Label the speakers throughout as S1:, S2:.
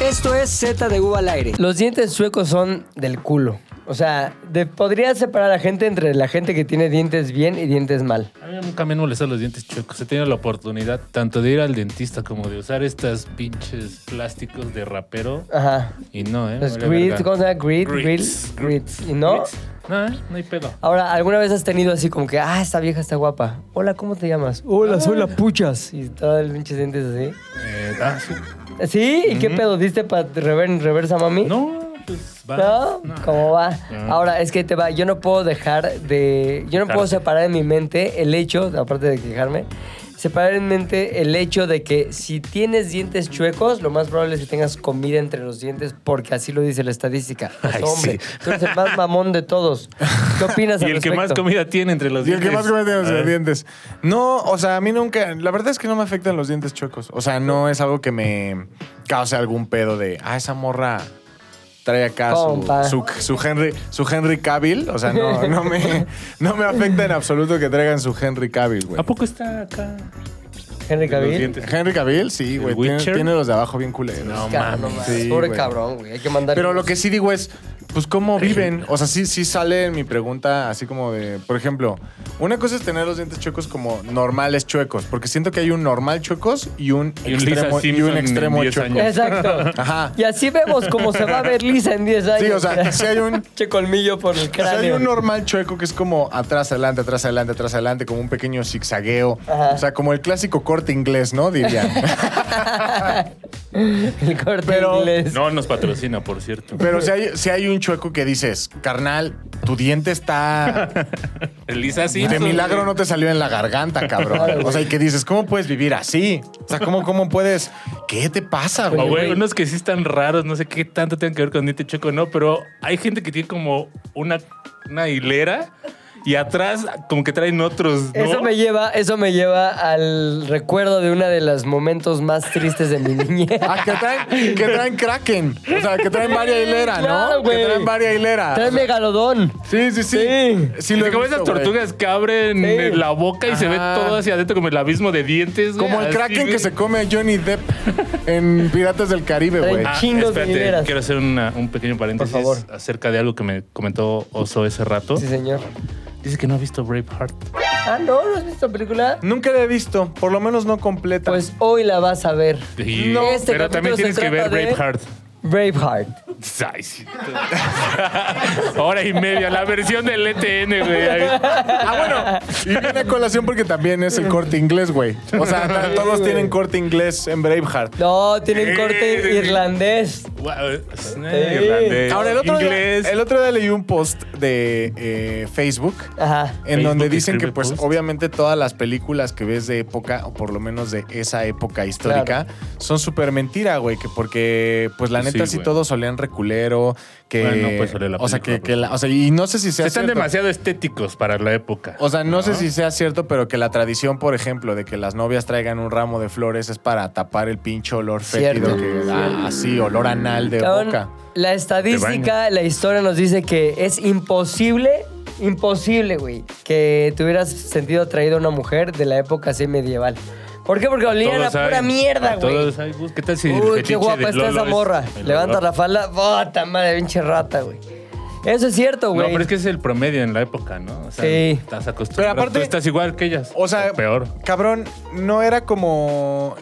S1: Esto es Z de U al aire.
S2: Los dientes suecos son del culo. O sea, de- podría separar a la gente entre la gente que tiene dientes bien y dientes mal.
S3: A mí nunca me han molestado los dientes chuecos. He tenido la oportunidad tanto de ir al dentista como de usar estas pinches plásticos de rapero.
S2: Ajá.
S3: Y no, ¿eh?
S2: Los
S3: Vale
S2: grits,
S3: verga.
S2: ¿cómo se llama? Grit,
S3: Grits.
S2: grits, grits. ¿Y no?
S3: No, ¿eh? no hay pedo.
S2: Ahora, ¿alguna vez has tenido así como que, ah, esta vieja está guapa? Hola, ¿cómo te llamas? Hola, soy la puchas. Y todo el pinche dientes así.
S3: Eh, ah, sí.
S2: ¿Sí? ¿Y qué pedo diste para reversa, mami?
S3: No, pues va.
S2: ¿No? ¿Cómo va? Ahora, es que te va, yo no puedo dejar de. Yo no puedo
S3: Quejarte.
S2: separar en mi mente el hecho, aparte de quejarme, separar en mente el hecho de que si tienes dientes chuecos, lo más probable es que tengas comida entre los dientes, porque así lo dice la estadística. Pues,
S3: Ay,
S2: hombre,
S3: sí.
S2: tú eres el más mamón de todos. ¿Qué opinas
S3: Y
S2: al
S3: el que más
S2: respecto?
S3: comida tiene entre los
S4: Y el
S3: dientes.
S4: que más comete los
S3: A ver.
S4: dientes. No, o sea, a mí nunca. La verdad es que no me afectan los dientes chuecos. O sea, no es algo que me cause algún pedo de. Ah, esa morra trae acá su,
S2: Compa.
S4: su, su Henry su Henry Cavill. O sea, no, no, me, no me afecta en absoluto que traigan su Henry Cavill, güey.
S3: ¿A poco está acá?
S2: Henry
S3: Los
S2: Cavill.
S3: dientes.
S4: Henry Cavill, sí, güey. Tiene,
S3: Witcher?
S4: tiene los de abajo bien culeros.
S3: No,
S2: Cara, no
S3: mames.
S2: mames.
S4: Sí,
S2: Pobre
S4: güey.
S2: cabrón, güey. Hay que mandar.
S4: Pero lo que sí digo es, pues, ¿cómo viven? O sea, sí, sí sale en mi pregunta así como de, por ejemplo, una cosa es tener los dientes chuecos como normales chuecos, porque siento que hay un normal chuecos y un
S3: Y un Lisa
S4: extremo, y
S3: Simpson
S4: un
S3: en
S4: extremo
S3: 10
S4: chueco.
S3: años.
S2: Exacto.
S4: Ajá.
S2: Y así vemos cómo se va a ver Lisa en 10 años.
S4: Sí, o sea, si hay un...
S2: Che colmillo por el
S4: si
S2: cráneo.
S4: hay un normal chueco que es como atrás, adelante, atrás, adelante, atrás, adelante, como un pequeño zigzagueo.
S2: Ajá.
S4: O sea, como el clásico corte inglés, ¿no? Dirían.
S2: El corte
S4: Pero-
S2: inglés.
S3: No nos patrocina, por cierto.
S4: Pero si hay, si hay un chueco que dices, carnal, tu diente está
S3: Elisa sí.
S4: De milagro no te salió en la garganta, cabrón. O sea, y que dices, ¿cómo puedes vivir así? O sea, ¿cómo, cómo puedes? ¿Qué te pasa,
S3: O,
S4: güey?
S3: güey, unos que sí están raros, no sé qué tanto tengan que ver con diente chueco, no, pero hay gente que tiene como una, una hilera y atrás como que traen otros, ¿no?
S2: Eso me lleva, eso me lleva al recuerdo de uno de los momentos más tristes de mi niñez.
S4: Ah, que traen, que traen Kraken. O sea, que traen varia hilera, ¿no?
S2: Claro, güey.
S4: que traen varia hilera.
S2: Trae megalodón.
S4: Sí, sí, sí.
S2: Sí.
S4: Sí lo he
S3: como esas
S4: visto, güey.
S3: tortugas que abren
S2: Sí.
S3: eh, la boca y se ve
S4: Ajá.
S3: todo hacia adentro como el abismo de dientes. güey,
S4: Como el
S3: así,
S4: Kraken
S3: güey.
S4: que se come a Johnny Depp en Piratas del Caribe, güey.
S2: Traen
S3: Ah,
S2: chingos de
S3: espérate,
S2: hileras.
S3: quiero hacer una- un pequeño paréntesis
S2: Por favor.
S3: acerca de algo que me comentó Oso ese rato.
S2: Sí, señor.
S3: Dice que no ha visto Braveheart.
S2: Ah, no, ¿no has visto la película?
S4: Nunca la he visto, por lo menos no completa.
S2: Pues hoy la vas a ver.
S3: Y-
S2: No, este
S3: pero
S2: capítulo
S3: también
S2: se
S3: tienes que ver
S2: trata de-
S3: Braveheart.
S2: Braveheart.
S3: Ay, sí. Hora y media, la versión del ETN, güey. Ahí.
S4: Ah, bueno. Y viene a colación porque también es el corte inglés, güey. O sea, todos
S2: güey.
S4: tienen corte inglés en Braveheart.
S2: No, tienen
S3: Sí, sí,
S2: corte
S3: sí.
S2: irlandés.
S3: Guau, es- eh, irlandés,
S4: Ahora, el otro,
S3: inglés.
S4: Día, el otro día leí un post de eh, Facebook
S2: Ajá.
S4: en
S3: Facebook
S4: donde dicen
S3: escribe
S4: que, pues,
S3: post.
S4: obviamente todas las películas que ves de época, o por lo menos de esa época histórica, son súper mentira, güey, que porque, pues, la
S3: Pues
S4: neta
S3: sí,
S4: sí,
S3: güey.
S4: todos solían reculero, que...
S3: Bueno, pues, sale la
S4: o sea, que,
S3: película, pues.
S4: que la- o sea, y no sé si sea
S3: Están
S4: cierto.
S3: demasiado estéticos para la época.
S4: O sea, no, sé si sea cierto, pero que la tradición, por ejemplo, de que las novias traigan un ramo de flores es para tapar el pinche olor
S2: Cierto.
S4: fétido que da así, olor anal de
S2: Cabrón,
S4: boca.
S2: La
S3: Te
S2: estadística, la historia nos dice que es imposible, imposible, güey, que te hubieras sentido atraído a una mujer de la época así medieval. ¿por qué? Porque olían a
S3: Todos
S2: pura
S3: hay-
S2: mierda,
S3: a
S2: güey.
S3: todos hay gustos. ¿Qué tal si el
S2: Uy,
S3: fetiche
S2: qué guapa
S3: de
S2: está
S3: Lolo
S2: esa
S3: es
S2: morra.
S3: el
S2: Levanta
S3: olor?
S2: la falda. ¡Bota madre, pinche rata, güey! Eso es cierto,
S3: No,
S2: güey.
S3: pero es que ese es el promedio en la época, ¿no? O sea,
S2: Sí.
S3: Estás acostumbrado.
S4: Pero aparte-
S3: Tú estás igual que ellas.
S4: O sea,
S3: peor.
S4: cabrón, no era como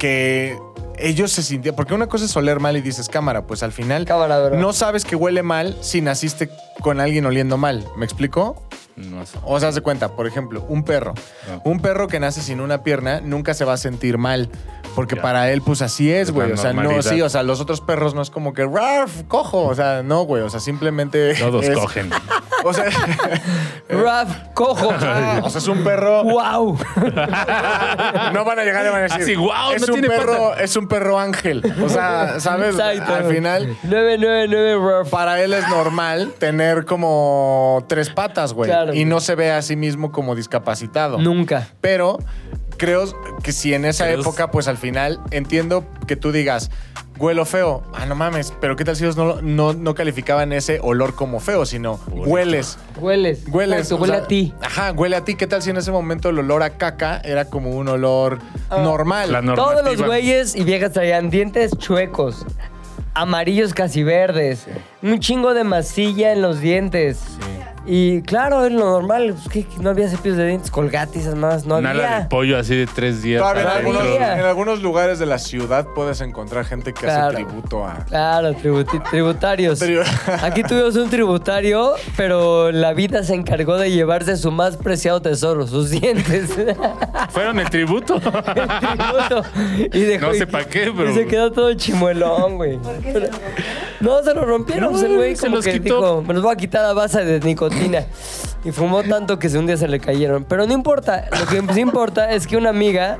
S4: que ellos se sintieran. Porque una cosa es oler mal y dices cámara, pues al final
S2: Cámara, bro.
S4: no sabes que huele mal si naciste con alguien oliendo mal. ¿Me explico?
S3: No sé.
S4: O sea, haz de cuenta, por ejemplo, un perro.
S3: Ah.
S4: Un perro que nace sin una pierna nunca se va a sentir mal. Porque
S3: Ya.
S4: para él, pues así es,
S3: Es
S4: güey.
S3: la
S4: O sea, no,
S3: normalidad.
S4: sí, o sea, los otros perros no es como que, ¡Raf! ¡Cojo! O sea, no, güey. O sea, simplemente.
S3: Todos
S4: es-
S3: cogen.
S4: O sea,
S3: eh.
S2: Raf, cojo.
S4: o sea, es un perro.
S2: ¡Wow!
S4: No van a llegar y van a decir.
S3: Así, "Guau,
S4: es
S3: no
S4: un
S3: tiene
S4: perro, es un perro ángel. O sea, ¿sabes?
S2: Exacto.
S4: Al final,
S2: 999 Raf.
S4: para él es normal tener como tres patas, güey.
S2: Claro.
S4: Y no se ve a sí mismo como discapacitado.
S2: Nunca.
S4: Pero creo que si en esa
S3: Creo-
S4: época, pues al final, entiendo que tú digas, huelo feo. Ah, no mames, pero ¿qué tal si ellos no, lo- no, no calificaban ese olor como feo, sino hueles?
S2: Hueles.
S4: Hueles.
S2: Exacto,
S4: o
S2: huele
S4: sea,
S2: a ti.
S4: Ajá, huele a ti. ¿Qué tal si en ese momento el olor a caca era como un olor normal?
S3: La normativa.
S2: Todos los güeyes y viejas traían dientes chuecos. amarillos casi verdes, un chingo de masilla en los dientes. Y claro, es lo normal, pues, que- que no había cepillos de dientes, colgate y esas más, no
S3: Nala
S2: había.
S3: de pollo así de tres días.
S4: Todavía en,
S3: para
S4: algunos,
S3: adentro.
S2: Todavía.
S4: en algunos lugares de la ciudad puedes encontrar gente que
S2: Claro.
S4: hace tributo a.
S2: Claro, tributi- tributarios.
S4: Tribu-
S2: Aquí tuvimos un tributario, pero la vida se encargó de llevarse su más preciado tesoro, sus dientes.
S3: Fueron el tributo.
S2: Tributo. y
S3: No sé pa' qué, pero-
S2: Y se quedó todo chimuelón, güey.
S5: ¿Por qué se lo rompieron?
S2: No, se lo rompieron,
S3: No,
S2: pues, el güey
S3: se
S2: como
S3: los
S2: que
S3: quitó.
S2: dijo, me los voy a quitar a base de nicotina. Y fumó tanto que un día se le cayeron. Pero no importa, lo que sí importa es que una amiga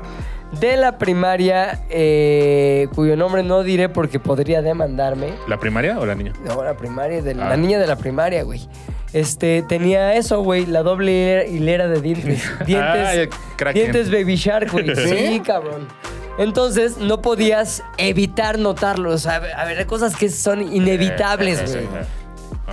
S2: de la primaria, eh, cuyo nombre no diré porque podría demandarme,
S3: ¿La primaria o la niña?
S2: no, la primaria, de la
S3: Ah.
S2: niña de la primaria, güey. Este, tenía eso, güey, la doble hilera- hilera de dientes.
S3: Ay,
S2: Dientes,
S3: Kraken.
S2: dientes Baby Shark, güey. ¿Sí?
S4: ¿Sí?
S2: cabrón. Entonces, no podías evitar notarlo. O sea, a ver, a ver, hay cosas que son inevitables, güey.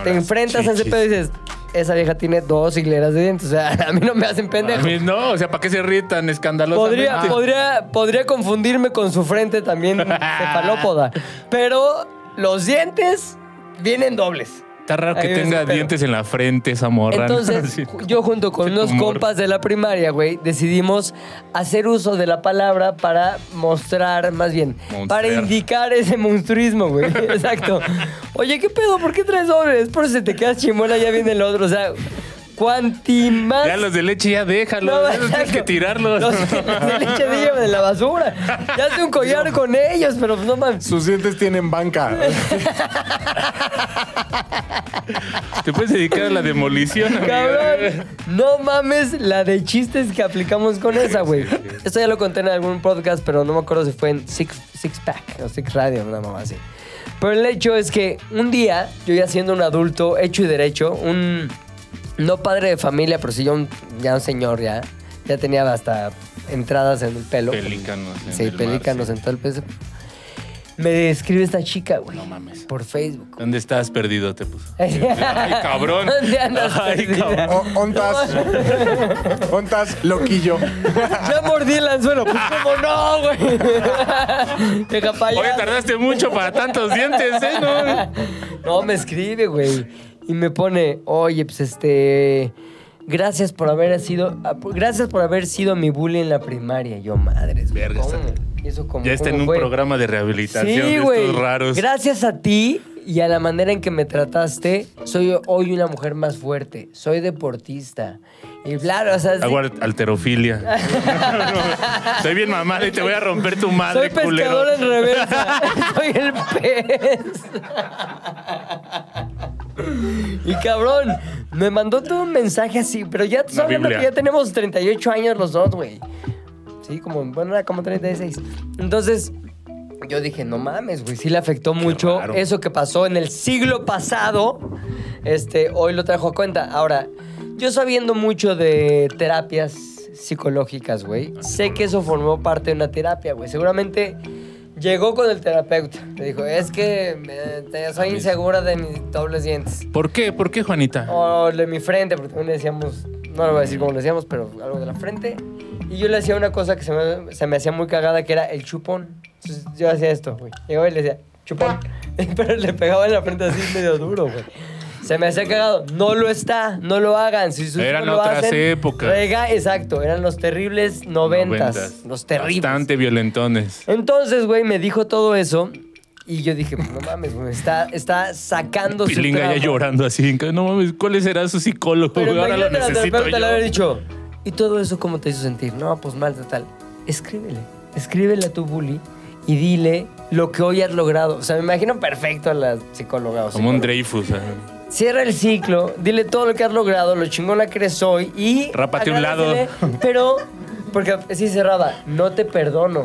S2: Te enfrentas a ese pedo y dices, esa vieja tiene dos hileras de dientes. O sea, a mí no me hacen
S3: A
S2: pendejo.
S3: mí no, o sea, ¿para qué se ríe tan escandalosamente?
S2: Podría, podría, podría confundirme con su frente también cefalópoda. Pero los dientes vienen dobles.
S3: Está raro que
S2: Ahí ves
S3: tenga
S2: el pedo.
S3: dientes en la frente esa morra. ¿no?
S2: Entonces,
S3: Sí.
S2: yo junto con
S3: Qué
S2: unos
S3: tumor.
S2: compas de la primaria, güey, decidimos hacer uso de la palabra para mostrar, más bien,
S3: Monstrear.
S2: para indicar ese monstruismo, güey. Exacto. Oye, ¿qué pedo? ¿Por qué traes dobles? Por si te quedas chimuela, ya viene el otro. O sea, cuanti más.
S3: Ya los de leche ya déjalos.
S2: No,
S3: esos tienes
S2: exacto.
S3: que tirarlos.
S2: Los que se le echan y llevan de la basura. Ya hace un collar con ellos, pero pues, no mames.
S4: Sus dientes tienen banca.
S3: Te puedes dedicar a la demolición. amigo.
S2: Cabrón, no mames la de chistes que aplicamos con esa, güey. Esto ya lo conté en algún podcast, pero no me acuerdo si fue en Six, Six Pack o Six Radio, una mamá así. Pero el hecho es que un día, yo ya siendo un adulto hecho y derecho, un no padre de familia, pero sí ya un, ya un señor, ya, ya tenía hasta entradas en el pelo.
S3: Pelícanos. en
S2: Sí,
S3: el mar,
S2: pelícanos
S3: sí.
S2: en todo el peso. Me escribe esta chica, güey.
S3: No mames.
S2: Por Facebook.
S3: ¿Dónde estás perdido? Te puso. Ay, cabrón.
S2: ¿Dónde andas?
S3: Ay,
S2: perdida?
S3: cabrón.
S4: O- Ontas. Ontas, loquillo.
S2: Ya mordí el anzuelo, pues cómo no, güey. Deja para
S3: Oye, tardaste mucho para tantos dientes, ¿eh? No.
S2: No, me escribe, güey. Y me pone, oye, pues este. Gracias por haber sido. ah, por- Gracias por haber sido mi bully en la primaria. Yo, madres, güey.
S3: Verga,
S2: ¿cómo?
S3: está-
S2: ¿Y eso cómo-
S3: Ya está en
S2: cómo
S3: un
S2: fue?
S3: programa de rehabilitación
S2: Sí,
S3: de
S2: güey.
S3: estos raros.
S2: Gracias a ti y a la manera en que me trataste, soy hoy una mujer más fuerte. Soy deportista. Y claro, o sea, sí-
S3: Hago al- alterofilia. Soy bien mamada y te voy a romper tu madre,
S2: soy pescador en
S3: culero.
S2: reversa. soy el pez. y cabrón, me mandó todo un mensaje así, pero ya tú
S3: Una
S2: sabes que
S3: Biblia.
S2: ya tenemos 38 años los dos, güey. Sí, como, bueno, era como 36. Entonces, yo dije, no mames, güey, sí le afectó mucho
S3: raro.
S2: eso que pasó en el siglo pasado. Este, hoy lo trajo a cuenta. Ahora, yo sabiendo mucho de terapias psicológicas, güey, sé que eso formó parte de una terapia, güey. Seguramente llegó con el terapeuta. Le dijo, es que eh, te- soy insegura de mis dobles dientes.
S3: ¿Por qué? ¿Por qué, Juanita?
S2: O de mi frente, porque también le decíamos, no lo voy a decir cómo le decíamos, pero algo de la frente. Y yo le hacía una cosa que se me, se me hacía muy cagada, que era el chupón. Entonces yo hacía esto, güey. Llegaba y le decía, chupón. Pero le pegaba en la frente así medio duro, güey. Se me hacía cagado. No lo está, no lo hagan. Si sus hijos
S3: Eran
S2: lo
S3: otras
S2: hacen,
S3: épocas.
S2: rega- exacto, eran los terribles noventas.
S3: Noventas.
S2: Los terribles.
S3: Bastante violentones.
S2: Entonces, güey, me dijo todo eso. Y yo dije, no mames, güey, está, está sacando su
S3: Pilinga ya
S2: trauma.
S3: llorando así. No mames, ¿cuál será su psicólogo?
S2: Pero
S3: Ahora lo
S2: imagínate la
S3: necesito
S2: terapeuta le haber
S3: yo.
S2: dicho, ¿y todo eso cómo te hizo sentir? No, pues mal, tal, tal. Escríbele, escríbele a tu bully y dile lo que hoy has logrado. O sea, me imagino perfecto a la psicóloga. o
S3: Como un
S2: psicólogo.
S3: Dreyfus. ajá.
S2: Cierra el ciclo, dile todo lo que has logrado, lo chingona que eres hoy y...
S3: Rápate un lado.
S2: agradecele, Pero, porque sí cerraba, no te perdono.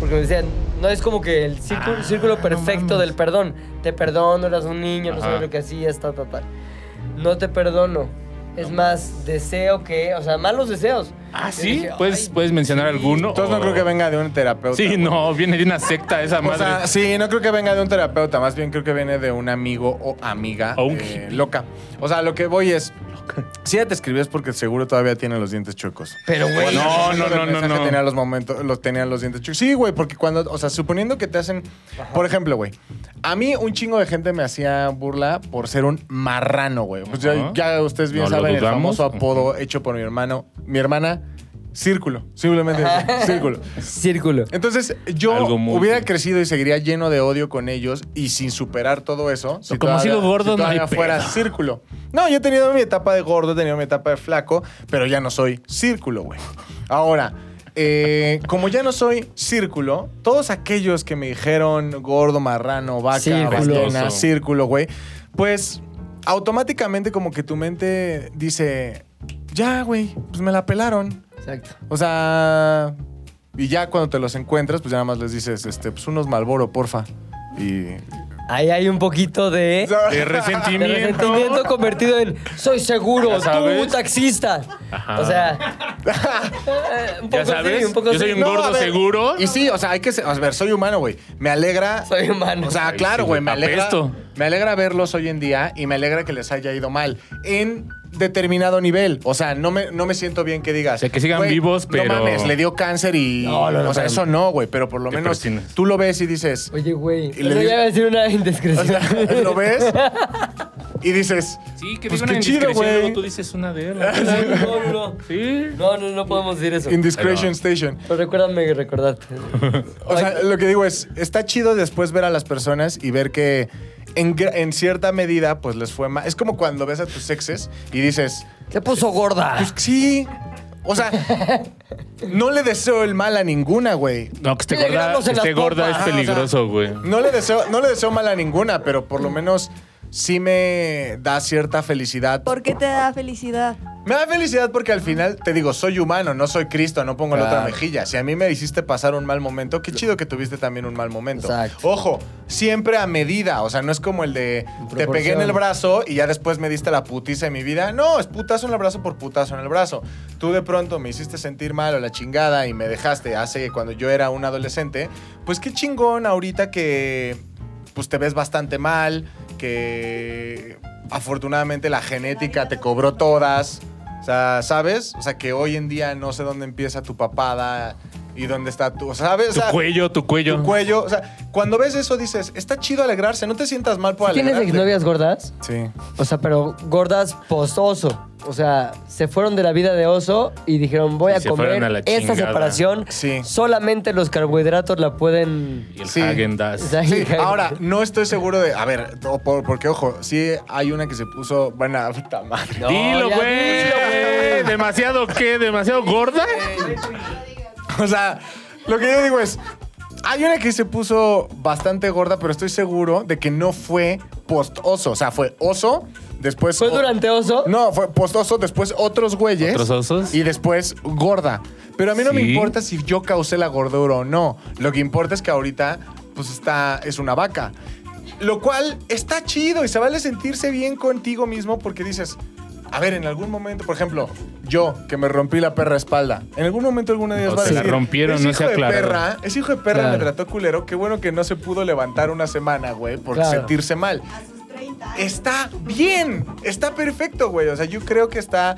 S2: Porque me decían, no es como que el círculo,
S3: Ah,
S2: círculo perfecto del perdón. Te perdono, eras un niño, no
S3: Ajá.
S2: sabes lo que hacías, tal, tal, tal. No te perdono. Es más, deseo que, o sea, malos deseos.
S3: Ah, sí. ¿Puedes, puedes mencionar alguno?
S4: Entonces
S3: O-
S4: no creo que venga de un terapeuta.
S3: Sí, no, viene de una secta esa
S4: O
S3: madre.
S4: sea, sí, no creo que venga de un terapeuta, más bien creo que viene de un amigo o amiga
S3: O un
S4: eh,
S3: hippie.
S4: loca. O sea, lo que voy es, si ya te escribías porque seguro todavía tiene los dientes chuecos.
S2: Pero,
S3: Ah.
S2: güey.
S3: no, no,
S4: El
S3: no, no,
S4: mensaje
S3: no.
S4: Tenía los momentos, los tenía los dientes chuecos. Sí, güey, porque cuando, o sea, suponiendo que te hacen, por ejemplo, güey, a mí un chingo de gente me hacía burla por ser un marrano, güey. Pues ya-
S3: Ajá.
S4: ya, ustedes bien
S3: No lo
S4: saben el
S3: dudamos.
S4: famoso apodo hecho por mi hermano, mi hermana, círculo, simplemente círculo.
S2: Círculo.
S4: Entonces, yo
S3: Algo muy-
S4: hubiera crecido y seguiría lleno de odio con ellos y sin superar todo eso. Si
S3: como has sido gordo, no hay
S4: todavía fuera
S3: pedo.
S4: círculo. No, yo he tenido mi etapa de gordo, he tenido mi etapa de flaco, pero ya no soy círculo, güey. Ahora, eh, como ya no soy círculo, todos aquellos que me dijeron gordo, marrano, vaca,
S2: Círculo.
S4: ballena,
S3: Asqueroso.
S4: círculo, güey, pues automáticamente como que tu mente dice, ya, güey, pues me la pelaron.
S2: Exacto.
S4: O sea, y ya cuando te los encuentras, pues ya nada más les dices, este, pues unos Malboro, porfa. Y.
S2: Ahí hay un poquito de.
S3: De
S2: de
S3: resentimiento.
S2: resentimiento convertido en soy seguro,
S3: Ya sabes.
S2: tú taxista.
S3: Ajá.
S2: O sea, eh, un poco
S3: Ya
S2: así,
S3: sabes,
S2: un poco
S3: yo soy
S2: así.
S3: un gordo
S4: a ver,
S3: seguro.
S4: Y sí, o sea, hay que ser, a ver, soy humano, güey. Me alegra.
S2: Soy humano.
S4: O sea,
S3: Ay,
S4: claro,
S3: sí, güey,
S4: güey, me alegra.
S3: apesto.
S4: Me alegra verlos hoy en día y me alegra que les haya ido mal en determinado nivel. O sea, no me, no me siento bien que digas.
S3: O sea, que sigan
S4: "Güey,
S3: vivos, pero-
S4: No mames, le dio cáncer y.
S2: No, no, no,
S4: o sea,
S2: pero-
S4: eso no, güey, pero por lo
S3: Te
S4: menos
S3: persinas.
S4: tú lo ves y dices.
S2: Oye, güey.
S4: Y le
S2: Eso
S4: digo-
S2: ya iba a decir una
S4: o
S2: indiscreción.
S4: sea, lo ves y dices.
S3: Sí, que
S4: Pues
S3: diga una
S4: qué chido,
S3: indiscreción,
S4: güey.
S3: luego tú dices una de él.
S2: No, no, no.
S3: Sí.
S2: No, no, no podemos decir eso.
S4: Indiscretion Station.
S2: Pero recuérdame recordarte.
S4: O sea,
S2: Ay,
S4: lo que digo es, está chido después ver a las personas y ver que en, gra- en cierta medida, pues les fue mal. Es como cuando ves a tus exes y dices,
S2: se puso gorda.
S4: pues sí. O sea, no le deseo el mal a ninguna, güey.
S3: No, que esté gorda,
S2: Peligranos
S3: que
S2: en las
S3: esté gorda es
S4: pompas.
S3: peligroso, güey.
S4: No le deseo, no le deseo mal a ninguna, pero por lo menos sí me da cierta felicidad.
S5: ¿Por qué te da felicidad?
S4: Me da felicidad porque al final te digo, soy humano, no soy Cristo, no pongo la otra
S2: Claro.
S4: mejilla. Si a mí me hiciste pasar un mal momento, qué chido que tuviste también un mal momento.
S2: Exacto.
S4: Ojo, siempre a medida, o sea, no es como el de te
S2: proporción.
S4: pegué en el brazo y ya después me diste la putiza de mi vida. No, es putazo en el brazo por putazo en el brazo. Tú de pronto me hiciste sentir mal o la chingada y me dejaste hace cuando yo era un adolescente, pues qué chingón ahorita que pues te ves bastante mal, que afortunadamente la genética te cobró todas. O sea, ¿sabes? O sea, que hoy en día no sé dónde empieza tu papada y dónde está tu, ¿sabes? O
S3: Tu
S4: sea,
S3: cuello, tu cuello.
S4: tu cuello, o sea, cuando ves eso dices, está chido alegrarse, no te sientas mal por
S2: ¿Tienes
S4: alegrarte.
S2: exnovias gordas?
S4: Sí.
S2: O sea, pero gordas post-oso. O sea, se fueron de la vida de oso y dijeron, voy
S3: Y
S2: a
S3: se
S2: comer
S3: fueron a la
S2: esta
S3: chingada.
S2: separación.
S4: Sí.
S2: Solamente los carbohidratos la pueden...
S3: Y el
S4: Sí.
S3: Häagen-Dazs.
S4: Sí, ahora, no estoy seguro de. A ver, o por- porque ojo, sí hay una que se puso. Bueno, puta madre.
S2: No,
S3: Dilo,
S2: ya
S3: güey.
S2: dilo,
S3: ¿Demasiado qué? ¿Demasiado gorda?
S4: O sea, lo que yo digo es. Hay una que se puso bastante gorda, pero estoy seguro de que no fue post-oso. O sea, fue oso, después.
S2: ¿Fue
S4: o-
S2: durante oso?
S4: No, fue postoso, después otros güeyes.
S3: ¿Otros osos?
S4: Y después gorda. Pero a mí no me
S3: Sí.
S4: importa si yo causé la gordura o no. Lo que importa es que ahorita, pues está, es una vaca. Lo cual está chido y se vale sentirse bien contigo mismo porque dices, a ver, en algún momento, por ejemplo, yo que me rompí la perra espalda, en algún momento alguna de ellas
S3: O
S4: va a
S3: se la
S4: decir,
S3: rompieron,
S4: "Ese
S3: no
S4: hijo
S3: se
S4: de
S3: aclararon".
S4: perra, ese hijo de perra me
S2: Claro.
S4: trató culero, qué bueno que no se pudo levantar una semana, güey, por
S2: Claro.
S4: sentirse mal
S5: A sus 30 años.
S4: está bien, está perfecto, güey. O sea, yo creo que está.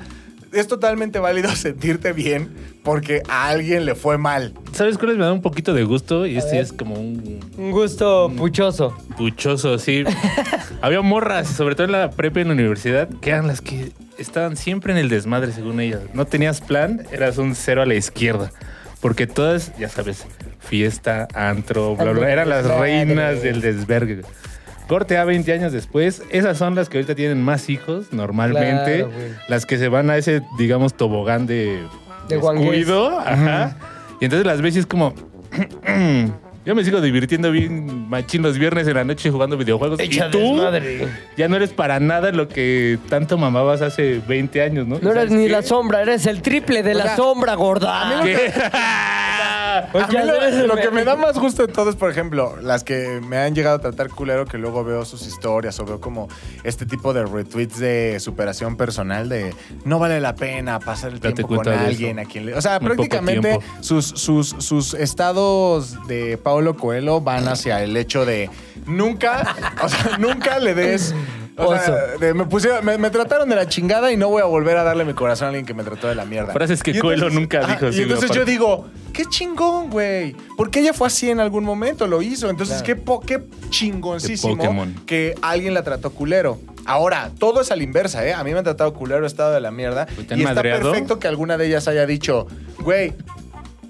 S4: Es totalmente válido sentirte bien porque a alguien le fue mal.
S3: ¿Sabes cuáles me da un poquito de gusto? Y este es como un
S2: Un gusto puchoso.
S3: puchoso, sí. Había morras, sobre todo en la prepa y en la universidad, que eran las que estaban siempre en el desmadre, según ellas. No tenías plan, eras un cero a la izquierda. Porque todas, ya sabes, fiesta, antro, bla, bla, eran las
S2: Desmadre.
S3: reinas del desvergue. Corte A 20 años después, esas son las que ahorita tienen más hijos normalmente.
S2: Claro, güey.
S3: las que se van a ese, digamos, tobogán de,
S2: De guangués.
S3: descuido. Ajá. Y entonces las veces como, yo me sigo divirtiendo bien machín los viernes en la noche jugando videojuegos.
S2: Hecha
S3: y tú
S2: desmadre.
S3: ya no eres para nada lo que tanto mamabas hace 20 años, ¿no?
S2: No
S3: ¿Sabes
S2: eres ni
S3: qué?
S2: la sombra, eres el triple de la sombra, gorda.
S3: ¿Qué?
S2: Pues
S4: a
S2: ya
S4: mí lo,
S2: sabes,
S4: lo
S2: me-
S4: que me da más gusto de todo es, por ejemplo, las que me han llegado a tratar culero, que luego veo sus historias o veo como este tipo de retweets de superación personal de no vale la pena pasar el
S3: Date
S4: tiempo con
S3: cuenta de
S4: alguien
S3: eso.
S4: a quien le-". O sea,
S3: Muy poco
S4: prácticamente
S3: tiempo.
S4: sus, sus, sus estados de Paulo Coelho van hacia el hecho de nunca, o sea, nunca le des. O sea,
S2: Oso.
S4: de- me, pusieron, me, me trataron de la chingada y no voy a volver a darle mi corazón a alguien que me trató de la mierda.
S3: Frases que
S4: Y
S3: Coelho
S4: entonces-
S3: nunca
S4: Ajá,
S3: dijo,
S4: Y
S3: sí,
S4: entonces
S3: aparte.
S4: yo digo, qué chingón, güey. Porque ella fue así en algún momento, lo hizo. Entonces,
S2: Claro.
S4: qué, po- qué chingoncísimo
S3: Qué Pokémon.
S4: que alguien la trató culero. Ahora, todo es a la inversa, ¿eh? A mí me han tratado culero, he estado de la mierda.
S3: ¿Te han
S4: y está
S3: madreado?
S4: perfecto que alguna de ellas haya dicho, güey,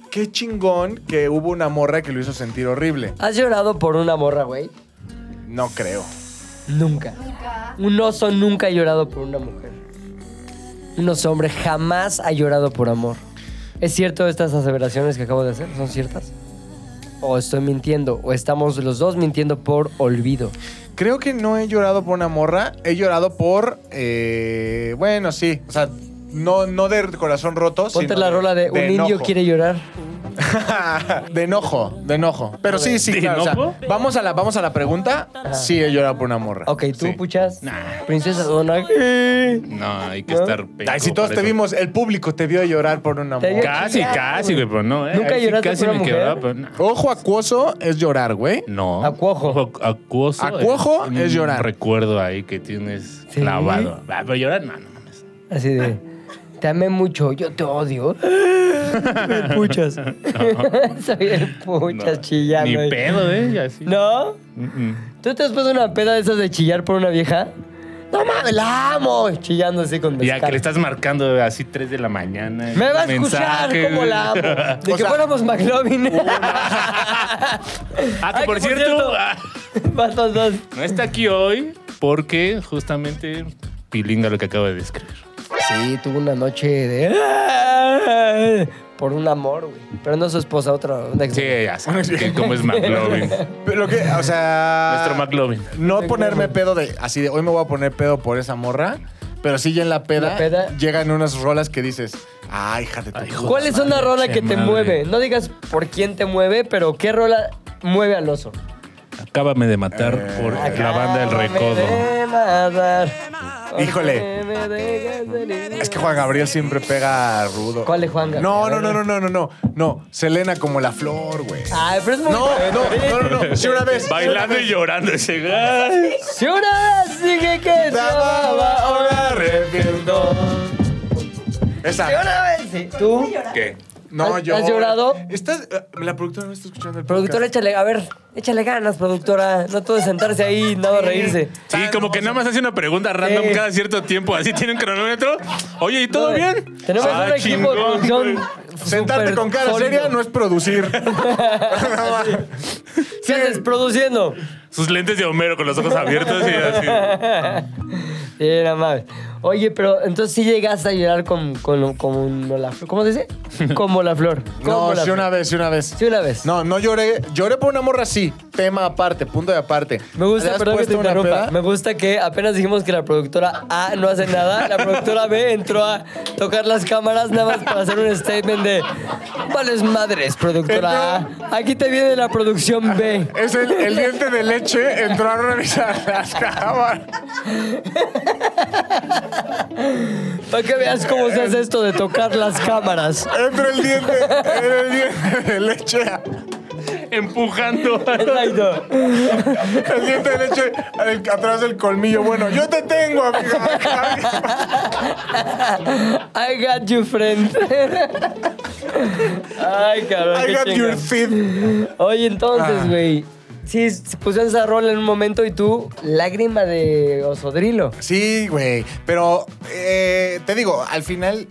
S4: qué chingón que hubo una morra que lo hizo sentir horrible.
S2: ¿Has llorado por una morra, güey?
S4: No creo.
S2: Nunca.
S5: Nunca.
S2: Un oso nunca ha llorado por una mujer. Un oso hombre jamás ha llorado por amor. ¿Es cierto estas aseveraciones que acabo de hacer? ¿Son ciertas? ¿O estoy mintiendo? ¿O estamos los dos mintiendo por olvido?
S4: Creo que no he llorado por una morra. He llorado por. eh, bueno, sí. O sea, no, no de corazón roto.
S2: Ponte
S4: sino
S2: la
S4: de-
S2: rola de, un
S4: enojo.
S2: indio quiere llorar.
S4: de enojo, de enojo. Pero sí, sí,
S3: ¿De
S4: claro. o sea,
S3: enojo?
S4: vamos, a la, vamos a la pregunta. Sí, he llorado por una morra.
S2: Ok, tú
S4: Sí.
S2: puchas. Princesa Donaje.
S3: No, hay que
S2: ¿No?
S3: estar penco
S4: Ay, si todos
S3: para
S4: te
S3: eso.
S4: vimos, el público te vio llorar por una
S2: Te
S4: morra.
S3: Casi,
S2: Chingado,
S3: casi, güey, pero no, ¿eh?
S2: ¿Nunca
S3: Ahí sí
S2: lloraste
S3: Casi
S2: por
S3: me
S2: una
S3: quebraba,
S2: mujer?
S3: pero no.
S4: Ojo acuoso es llorar, güey.
S3: No.
S2: Acuojo.
S3: Acu- Acuoso.
S4: Acuojo
S3: un
S4: es llorar.
S3: recuerdo ahí que tienes
S2: Sí.
S3: clavado. Ah, pero llorar, no, no mames.
S2: Así de, te amé mucho, yo te odio. el puchas. Soy el puchas
S3: No.
S2: chillando.
S3: Ni
S2: ahí.
S3: pedo, ¿eh? Así.
S2: ¿No?
S3: Mm, mm.
S2: ¿Tú te has puesto una peda de esas de chillar por una vieja? ¡No mames, la amo! Chillando así con
S3: Ya
S2: mezcal.
S3: que le estás marcando así 3 de la mañana.
S2: Pues Me va a
S3: mensaje,
S2: escuchar como la amo.
S3: güey.
S2: De
S4: O
S2: que
S4: sea,
S2: fuéramos McLovin.
S3: Ah, que
S2: Ay,
S3: por cierto, ah,
S2: Vas, vas, vas.
S3: no está aquí hoy porque justamente pilinga lo que acabo de describir.
S2: Sí, tuvo una noche de. Por un amor, güey. Pero no su esposa, otra. una ex-
S3: Sí, ya sabes que cómo es McLovin.
S4: Pero lo que, o
S2: Ah.
S4: sea.
S3: Nuestro McLovin.
S4: No ponerme pedo de. Así de hoy me voy a poner pedo por esa morra. Pero sí, ya en la peda,
S2: La peda.
S4: llegan unas rolas que dices, ay, hija de tu
S3: Ay,
S4: puta
S2: ¿Cuál es una
S3: Madre,
S2: rola
S3: che,
S2: que te
S3: madre.
S2: mueve? No digas por quién te mueve, pero ¿qué rola mueve al oso?
S3: Acábame de matar por la banda del recodo.
S4: Híjole. Es que Juan Gabriel siempre pega rudo.
S2: ¿Cuál es Juan Gabriel?
S4: No, no, no, no, no, no, no. No, Selena como la flor, güey.
S2: Ay, pero es muy. ¿eh?
S4: No, no, no, no, no. Sí, una vez.
S3: eh, Bailando y llorando ese güey.
S2: Si una vez dije que te amaba, ahora
S4: arrepiento.
S2: Si
S4: Esa.
S2: una vez sí. ¿Tú?
S3: ¿Qué?
S4: No,
S2: ¿Has-
S4: yo.
S2: has llorado?
S4: Estás. eh, La productora no está escuchando el
S2: Productora,
S4: podcast.
S2: échale, a ver, échale ganas, productora. No todo es sentarse ahí, nada más reírse.
S3: Sí, como que nada más hace una pregunta random
S2: Sí.
S3: cada cierto tiempo. Así tiene un cronómetro. Oye, ¿y todo
S2: Brother,
S3: bien?
S2: Tenemos
S3: Ah,
S2: un equipo de
S3: chingón,
S2: producción.
S3: güey.
S4: Sentarte
S2: súper
S4: con cara
S2: sólido.
S4: seria no es producir. No, va.
S2: ¿Qué haces produciendo?
S3: Sus lentes de Homero con los ojos abiertos y así.
S2: Sí, no mames. Oye, pero entonces sí llegaste a llorar con, con, como la flor. ¿Cómo se dice? Como la flor. Como
S4: No,
S2: la
S4: sí,
S2: flor.
S4: una vez, sí, una vez.
S2: Sí, una vez.
S4: No, no lloré. Lloré por una morra así. Tema aparte, punto de aparte.
S2: Me
S4: ¿Le
S2: gusta,
S4: has
S2: perdón que
S4: puesto
S2: te
S4: una
S2: interrumpa.
S4: peda?
S2: Me gusta que apenas dijimos que la productora A no hace nada, la productora B entró a tocar las cámaras nada más para hacer un statement de vales madres, productora A. Aquí te viene la producción B.
S4: Es el, el diente de leche entró a revisar las cámaras.
S2: Para que veas cómo se hace esto de tocar las cámaras.
S4: Entra el diente, entra el diente de leche.
S3: Empujando.
S2: Exacto.
S4: El diente de leche el- atrás del colmillo. Bueno, yo te tengo, amiga.
S2: I got you, friend. Ay, cabrón.
S4: I
S2: qué
S4: got your
S2: chingón.
S4: feet.
S2: Oye, entonces,
S4: Ah.
S2: güey. Sí, s- pusieron esa rola en un momento y tú, lágrima de osodrilo.
S4: Sí, güey. Pero eh, te digo, al final.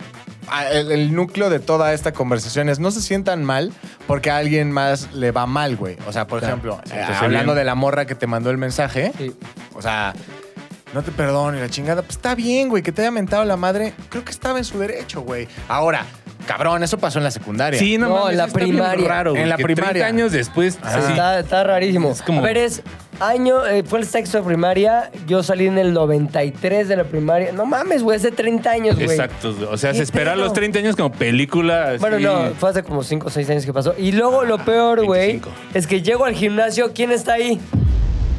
S4: a- El, el núcleo de toda esta conversación es no se sientan mal porque a alguien más le va mal, güey. O sea, por ejemplo, eh,
S3: siéntese
S4: hablando
S3: bien.
S4: de la morra que te mandó el mensaje,
S2: Sí.
S4: o sea, no te perdono y la chingada. Pues está bien, güey, que te haya mentado la madre. Creo que estaba en su derecho, güey. Ahora, cabrón, eso pasó en la secundaria.
S3: Sí, no,
S2: No,
S3: mames,
S2: en la
S3: está bien
S2: primaria. Ah.
S3: Raro, güey,
S4: En la
S3: que
S4: primaria.
S3: 30 años después.
S2: Sí,
S3: Ah, sí.
S2: Está, está rarísimo.
S3: Es como-
S2: A ver, es año, eh, fue el sexto de primaria, yo salí en el 93 de la primaria. No mames, güey, hace 30 años, güey.
S3: Exacto. güey. O sea,
S2: ¿Qué
S3: se esperó a
S2: pedo?
S3: los 30 años como película.
S2: Bueno,
S3: así.
S2: no, fue hace como 5 o 6 años que pasó. Y luego
S3: Ah,
S2: lo peor, güey,
S3: 25.
S2: es que llego al gimnasio, ¿quién está ahí?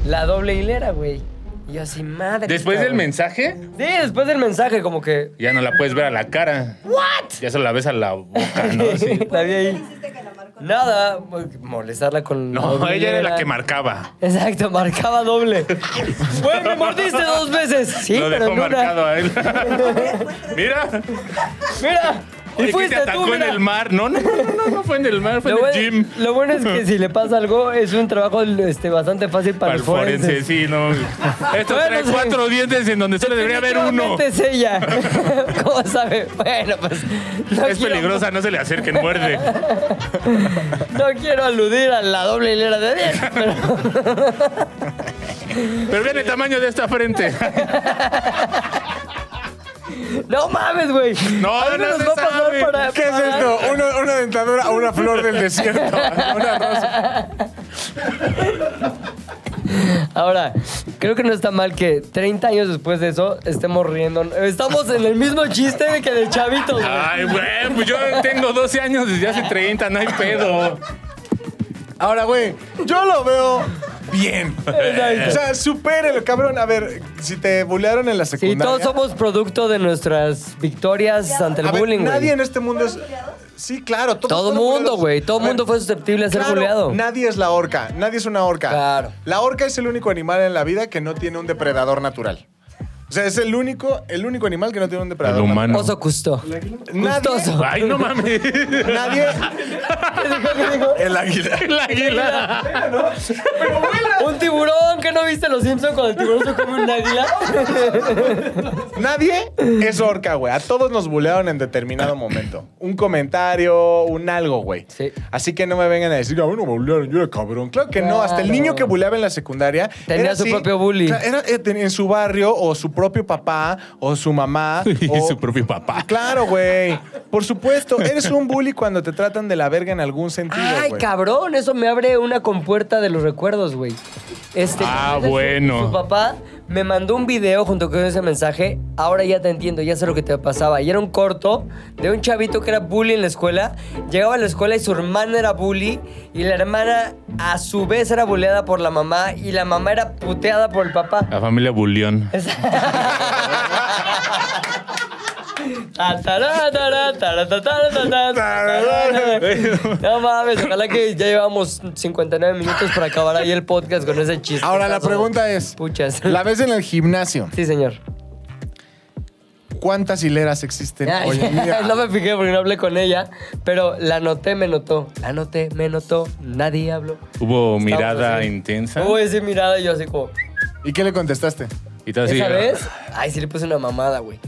S2: La doble hilera, güey. Y yo así, madre.
S3: Después
S2: güey.
S3: del mensaje,
S2: Sí, después del mensaje, como que.
S3: ya no la puedes ver a la cara. ¿What? Ya se la ves a la boca, ¿no? Sí.
S2: la vi ahí.
S5: hiciste que la marcó?
S2: Nada, molestarla con. la
S3: No,
S2: doble
S3: ella era la
S2: hilera.
S3: que marcaba.
S2: Exacto, marcaba doble. Güey, me mordiste dos veces. Sí,
S3: Lo
S2: pero
S3: dejó
S2: en una.
S3: marcado a él. Mira.
S2: Mira, y
S3: Oye, que te
S2: fuiste
S3: atacó
S2: tú.
S3: en
S2: mira.
S3: el mar. No, no, no, no, no fue en el mar, fue
S2: Lo
S3: en el
S2: bueno,
S3: gym.
S2: lo bueno es que si le pasa algo, es un trabajo este, bastante fácil para,
S3: Para el forense, sí, no. Esto
S2: Bueno,
S3: trae
S2: sí.
S3: cuatro dientes en donde
S4: Este
S3: solo debería haber uno.
S2: Definitivamente es ella. ¿Cómo sabe? Bueno, pues. no
S3: Es
S2: quiero-
S3: peligrosa, no se le acerquen, muerde.
S2: No quiero aludir a la doble hilera de 10, pero
S3: Pero vean el tamaño de esta frente.
S2: no mames, güey.
S3: No,
S2: Algo
S3: no
S2: nos
S3: se
S2: va a pasar
S3: sabe.
S2: para-
S4: ¿Qué es
S2: para-
S4: esto? ¿Una, una dentadura o una flor del desierto? Una rosa.
S2: Ahora, creo que no está mal que 30 años después de eso estemos riendo. Estamos en el mismo chiste de que de chavitos. güey.
S3: Ay, güey, pues yo tengo 12 años desde hace 30, no hay pedo.
S4: Ahora, güey, yo lo veo bien.
S2: Exacto.
S4: O sea, supérelo, cabrón. A ver, si te bulearon en la
S2: Sí,
S4: secundaria.
S2: todos somos producto de nuestras victorias ante el
S4: A ver,
S2: bullying, güey.
S4: Nadie en este mundo es. Sí, claro. todos
S2: Todo
S4: fueron
S2: mundo,
S4: buleados.
S2: güey. Todo
S4: A ver,
S2: mundo fue susceptible a ser
S4: claro,
S2: bulleado.
S4: Nadie es la orca. Nadie es una orca.
S2: Claro.
S4: La orca es el único animal en la vida que no tiene un depredador natural. O sea, es el único, el único animal que no tiene un depredador natural.
S2: Oso Custo.
S4: Nadie-
S2: Gustoso.
S3: Ay, no mames.
S4: Nadie. El águila.
S3: El águila.
S2: Un tiburón que no viste los Simpsons cuando el tiburón se come un águila.
S4: Nadie es orca, güey. A todos nos bulearon en determinado momento. Un comentario, un algo, güey.
S2: Sí.
S4: Así que no me vengan a decir, a mí no me bulearon, yo era cabrón. Claro que no. Hasta el
S2: Claro.
S4: niño que buleaba en la secundaria.
S2: Tenía
S4: era
S2: su
S4: así-
S2: propio bully.
S4: Cla- Era eh, tenía en su barrio, o su propio papá, o su mamá.
S3: Y
S4: o-
S3: su propio papá.
S4: Claro, güey. Por supuesto, eres un bully cuando te tratan de la verga en algún sentido,
S2: Ay,
S4: güey.
S2: cabrón, eso me abre una compuerta de los recuerdos, güey. Este,
S3: Ah,
S2: su-
S3: bueno.
S2: Su, papá me mandó un video junto con ese mensaje. Ahora ya te entiendo, ya sé lo que te pasaba. Y era un corto de un chavito que era bully en la escuela. Llegaba a la escuela y su hermana era bully. Y la hermana, a su vez, era bulleada por la mamá. Y la mamá era puteada por el papá.
S3: La familia Bullión.
S2: Ta, Ah, tará, tará, tará, ta, tará, ta, tará, tará, tará. No mames, ojalá que ya llevamos 59 minutos para acabar ahí el podcast con ese chiste.
S4: Ahora la pregunta es:
S2: Puchas.
S4: ¿la ves en el gimnasio?
S2: Sí, señor.
S4: ¿Cuántas hileras existen
S2: Ay,
S4: hoy en día?
S2: no me fijé porque no hablé con ella, pero la noté, me notó. La noté, me notó. Nadie habló.
S3: Hubo
S2: Estábamos
S3: mirada
S2: así.
S4: ¿Ah?
S3: intensa.
S2: Hubo esa mirada y yo así como...
S4: ¿Y qué le contestaste?
S3: Y todo así.
S2: ¿Esa vez? Ay, sí le puse una mamada, güey.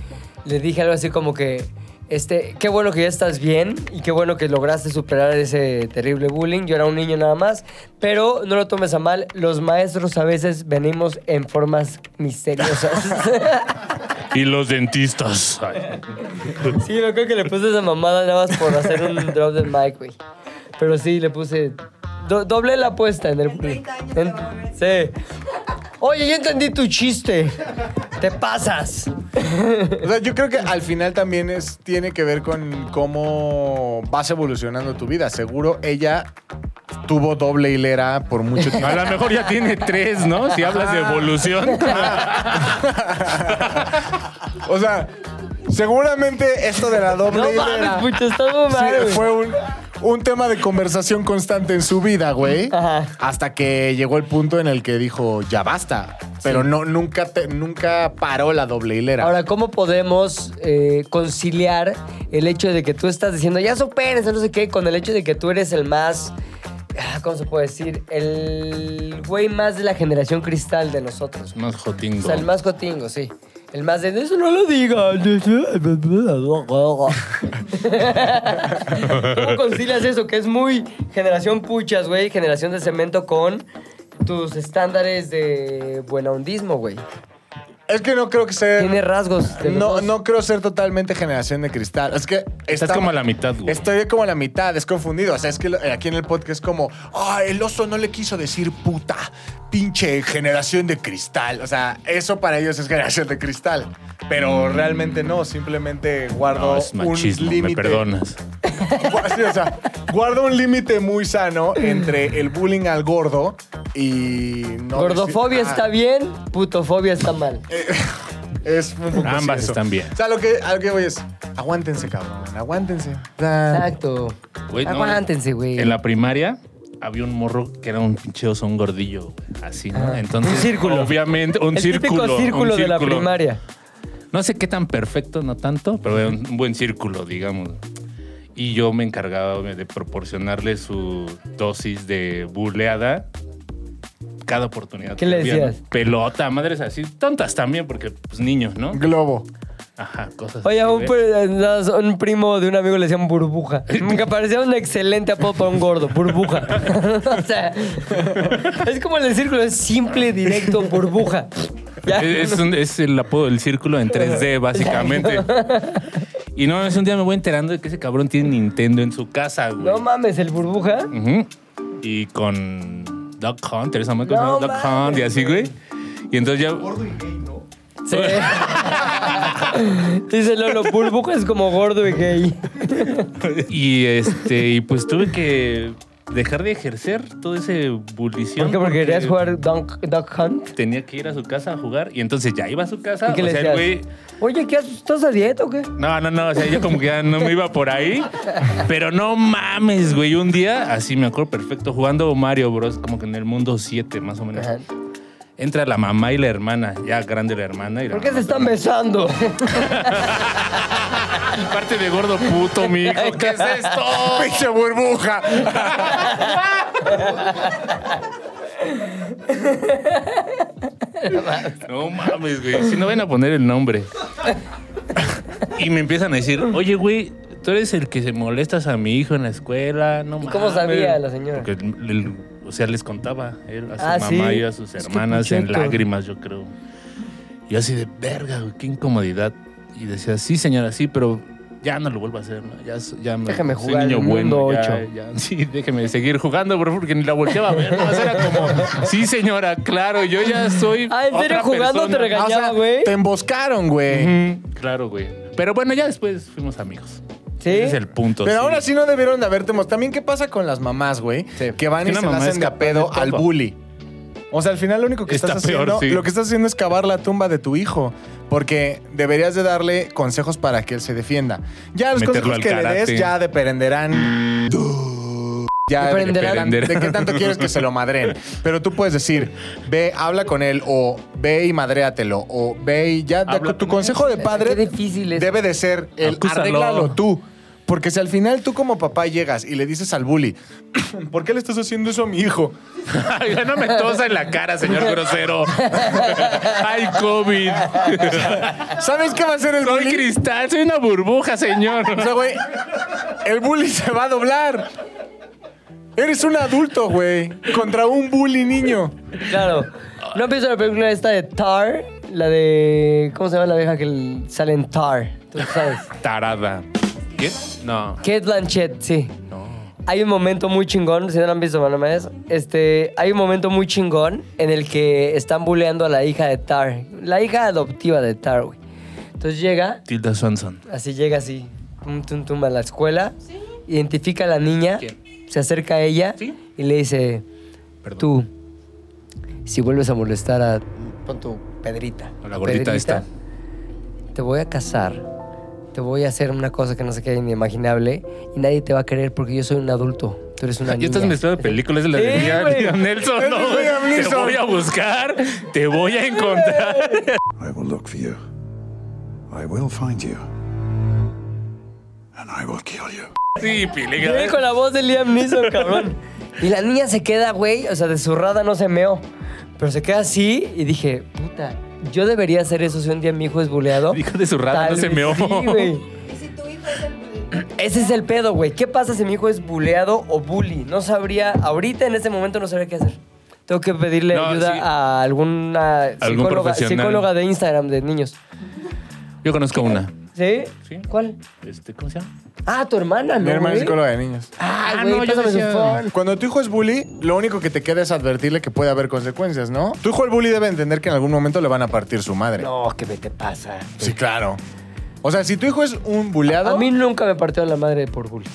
S2: Le dije algo así como que, este, qué bueno que ya estás bien y qué bueno que lograste superar ese terrible bullying. Yo era un niño nada más, pero no lo tomes a mal. Los maestros a veces venimos en formas misteriosas.
S3: "Ah, Y los dentistas. Ay.
S2: sí, me acuerdo que le puse esa mamada nada más por hacer un drop del mic, güey. Pero sí, le puse... do- doble la apuesta en el
S5: En
S2: bullying.
S5: 30 años te va a volver.
S2: sí. Oye, ya entendí tu chiste. Te pasas.
S4: O sea, yo creo que al final también es, tiene que ver con cómo vas evolucionando tu vida. Seguro ella tuvo doble hilera por mucho tiempo.
S3: A lo mejor ya tiene tres, ¿no? Si hablas de evolución.
S4: O sea, seguramente esto de la doble
S2: No mames,
S4: hilera
S2: pucho, estás muy
S4: sí,
S2: mal, güey.
S4: fue un, un tema de conversación constante en su vida, güey.
S2: Ajá.
S4: Hasta que llegó el punto en el que dijo, ya basta. Pero no, nunca, te- nunca paró la doble hilera.
S2: Ahora, ¿cómo podemos eh, conciliar el hecho de que tú estás diciendo, ya superes, no sé qué, con el hecho de que tú eres el más, ah, ¿cómo se puede decir? El güey más de la generación cristal de nosotros.
S3: Más
S2: O
S3: jotingo.
S2: sea, el más cotingo, sí. El más de, eso no lo digas. ¿Cómo concilias eso? Que es muy generación puchas, güey, generación de cemento con tus estándares de buenahondismo, güey.
S4: Es que no creo que sea.
S2: Tiene rasgos. de los
S4: No,
S2: dos.
S4: no creo ser totalmente generación de cristal. Es que.
S3: Estás
S4: está-
S3: como a la mitad, güey.
S4: Estoy como a la mitad, es confundido. O sea, es que lo- eh, aquí en el podcast es como, ah, el oso no le quiso decir puta, pinche generación de cristal. O sea, eso para ellos es generación de cristal. Pero realmente no, simplemente guardo
S3: Mm. No, es
S4: un
S3: machismo, me
S4: límite.
S3: perdonas.
S4: Gua- sí, o sea, guardo un límite muy sano entre el bullying al gordo y no.
S2: Gordofobia
S4: decir-
S2: está
S4: Ah, Eh.
S2: bien, putofobia está mal.
S4: Es un poco así
S3: Ambas
S4: eso.
S3: están bien.
S4: O sea, lo que, a lo que voy es, aguántense, cabrón, aguántense. O sea,
S2: Exacto.
S3: Güey, no,
S2: Aguántense, güey.
S3: En la primaria había un morro que era un pinche oso, un gordillo, güey, así, ¿no?
S2: Ah.
S3: Entonces,
S2: Un círculo.
S3: Obviamente, un
S2: El
S3: círculo.
S2: típico
S3: un
S2: círculo de la
S3: círculo.
S2: primaria.
S3: No sé qué tan perfecto, no tanto, pero era un buen círculo, digamos. Y yo me encargaba güey, de proporcionarle su dosis de buleada cada oportunidad.
S2: ¿Qué
S3: que
S2: le
S3: había, ¿no?
S2: decías?
S3: Pelota, madres así, tontas también, porque pues niños, ¿no?
S4: Globo.
S3: Ajá, cosas
S2: Oye, a
S3: así,
S2: un,
S3: güey.
S2: pri- nada más, un primo de un amigo le decían burbuja. Me parecía un excelente apodo para un gordo, burbuja. o sea, es como el círculo, es simple, directo, burbuja. Ya.
S3: Es, es un- es el apodo del círculo en 3D, básicamente. Y no, es un día me voy enterando de que ese cabrón tiene Nintendo en su casa, güey.
S2: No mames, el burbuja.
S3: Ujú. Y con Duck Hunt, esa madre que se
S2: No
S3: llama Duck
S2: mames,
S3: Hunt y así, güey. Y entonces ya.
S2: Sí. Dice Lolo, burbuja es como gordo y gay.
S3: Y este, y pues tuve que dejar de ejercer todo ese
S2: ¿Por
S3: bulición.
S2: qué? Porque querías jugar Dunk- Duck Hunt.
S3: Tenía que ir a su casa a jugar y entonces ya iba a su casa.
S2: ¿Y qué
S3: o
S2: le
S3: sea, el güey.
S2: decías? Oye, ¿qué haces? ¿Estás a dieta o qué?
S3: No, no, no, o sea, yo como que ya no me iba por ahí. Pero no mames, güey. Un día, así me acuerdo perfecto, jugando Mario Bros. Como que en el mundo 7, más o menos.
S2: Ajá.
S3: Entra la mamá y la hermana, ya grande la hermana. Y la
S2: ¿Por qué se
S3: mamá
S2: están besando?
S3: también. Parte de gordo puto, mi hijo. ¿Qué es esto?
S4: ¡Pinche burbuja!
S3: No mames, güey. Si no ven a poner el nombre. Y me empiezan a decir, oye, güey, tú eres el que se molestas a mi hijo en la escuela. No
S2: ¿Y
S3: mames.
S2: cómo sabía la señora?
S3: Porque, el- el- o sea, les contaba él a su
S2: Ah,
S3: mamá
S2: ¿sí?
S3: y a sus
S2: Es que
S3: hermanas en
S2: pucheto.
S3: lágrimas, yo creo. Y así de, verga, güey, qué incomodidad. Y decía, sí, señora, sí, pero ya no lo vuelvo a hacer. ¿no? Ya, so- ya me,
S2: Déjame
S3: soy
S2: jugar
S3: niño
S2: el mundo
S3: bueno, ya-
S2: ocho".
S3: ya, sí, déjeme seguir jugando, por favor, porque ni la volteaba a ver. ¿no? O sea, era como, sí, señora, claro, yo ya soy.
S2: Ah, ¿en serio
S3: otra
S2: jugando te
S3: persona".
S2: regaló?
S4: Ah, o sea,
S2: Engañaba, güey.
S4: te emboscaron, güey.
S3: Ujú, Claro, güey. Pero bueno, ya después fuimos amigos.
S2: ¿Sí?
S3: Ese es el punto.
S4: Pero ahora sí no debieron de haberte mostrado. También, ¿qué pasa con las mamás, güey?
S3: Sí.
S4: Que van
S3: Que
S4: y
S3: una
S4: se la
S3: mamá
S4: hacen
S3: es
S4: de
S3: capaz de
S4: pedo al
S3: todo.
S4: bully. O sea, al final lo único que
S3: Está
S4: estás
S3: peor,
S4: haciendo,
S3: sí.
S4: lo que estás haciendo es cavar la tumba de tu hijo, porque deberías de darle consejos para que él se defienda. Ya los
S3: Meterlo
S4: consejos
S3: al
S4: que le
S3: karate.
S4: des ya dependerán ya
S2: Dependerán.
S4: dependerán de qué tanto quieres que se lo madren. Pero tú puedes decir, ve, habla con él o ve y madréatelo o ve y ya
S3: Habla con él.
S4: tu consejo de padre
S2: Qué difícil es.
S4: debe de ser el
S3: Acúsalo.
S4: arréglalo tú. Porque si al final tú como papá llegas y le dices al bully, ¿por qué le estás haciendo eso a mi hijo?
S3: Ay, ya no me tosa en la cara, señor grosero. Ay, COVID.
S4: ¿Sabes qué va a hacer el
S3: Soy
S4: bully?
S3: cristal, soy una burbuja, señor.
S4: O sea, güey, el bully se va a doblar. Eres un adulto, güey, contra un bully niño.
S2: Claro. ¿No pienso en la película esta de Tar? La de... ¿Cómo se llama la vieja que l- sale en Tar? ¿Tú sabes?
S3: Tarada. ¿Qué? No.
S2: Kate Blanchett, sí.
S3: No.
S2: Hay un momento muy chingón, si no lo han visto, bueno, más, este, hay un momento muy chingón en el que están buleando a la hija de Tar, la hija adoptiva de Tar, güey. Entonces llega,
S3: Tilda Swanson.
S2: así llega así, tum, tum, tum, a la escuela, identifica a la niña,
S3: ¿Quién?
S2: se acerca a ella
S3: ¿Sí?
S2: y le dice,
S3: Perdón.
S2: tú, si vuelves a molestar a, pon tu Pedrita.
S3: A la gordita
S2: Pedrita,
S3: esta.
S2: Te voy a casar, te voy a hacer una cosa que no se queda inimaginable y nadie te va a querer porque yo soy un adulto, tú eres una
S3: Ya
S2: niña.
S3: estás mezclando películas de la de
S2: Sí,
S3: Liam-
S2: güey.
S3: Liam Nelson,
S4: Es
S3: ¿no?
S4: de Liam
S3: Te
S4: Neeson.
S3: voy a buscar, te voy a encontrar.
S6: I will look for you. I will find you. And I will kill you.
S3: Sí,
S2: Viene con
S3: piliga.
S2: la voz de Liam Neeson, cabrón. Y la niña se queda, güey, o sea, de zurrada no se meó. Pero se queda así y dije, puta, yo debería hacer eso si un día mi hijo es buleado.
S3: Dijo de zurrada,
S2: Tal
S3: no se
S2: vez
S3: meó.
S2: sí, güey.
S5: Y si tu hijo es el
S2: Ese es el pedo, güey. ¿Qué pasa si mi hijo es buleado o bully? No sabría, ahorita en este momento no sabría qué hacer. Tengo que pedirle
S3: No,
S2: ayuda
S3: sí.
S2: a alguna psicóloga,
S3: profesional.
S2: psicóloga de Instagram de niños.
S3: Yo conozco una.
S2: ¿Sí?
S3: Sí.
S2: ¿Cuál?
S3: Este, ¿Cómo se llama?
S2: Ah, tu hermana, ¿no?
S4: Mi hermana es
S2: güey?
S4: psicóloga de niños.
S2: Ah,
S3: Ah,
S2: güey,
S3: no, yo
S2: pásame su
S3: decía-
S2: phone.
S4: Cuando tu hijo es bully, lo único que te queda es advertirle que puede haber consecuencias, ¿no? Tu hijo el bully debe entender que en algún momento le van a partir su madre.
S2: No, ¿qué me te pasa?
S4: Sí, claro. O sea, si tu hijo es un buleado,
S2: A mí nunca me partió la madre por bullying.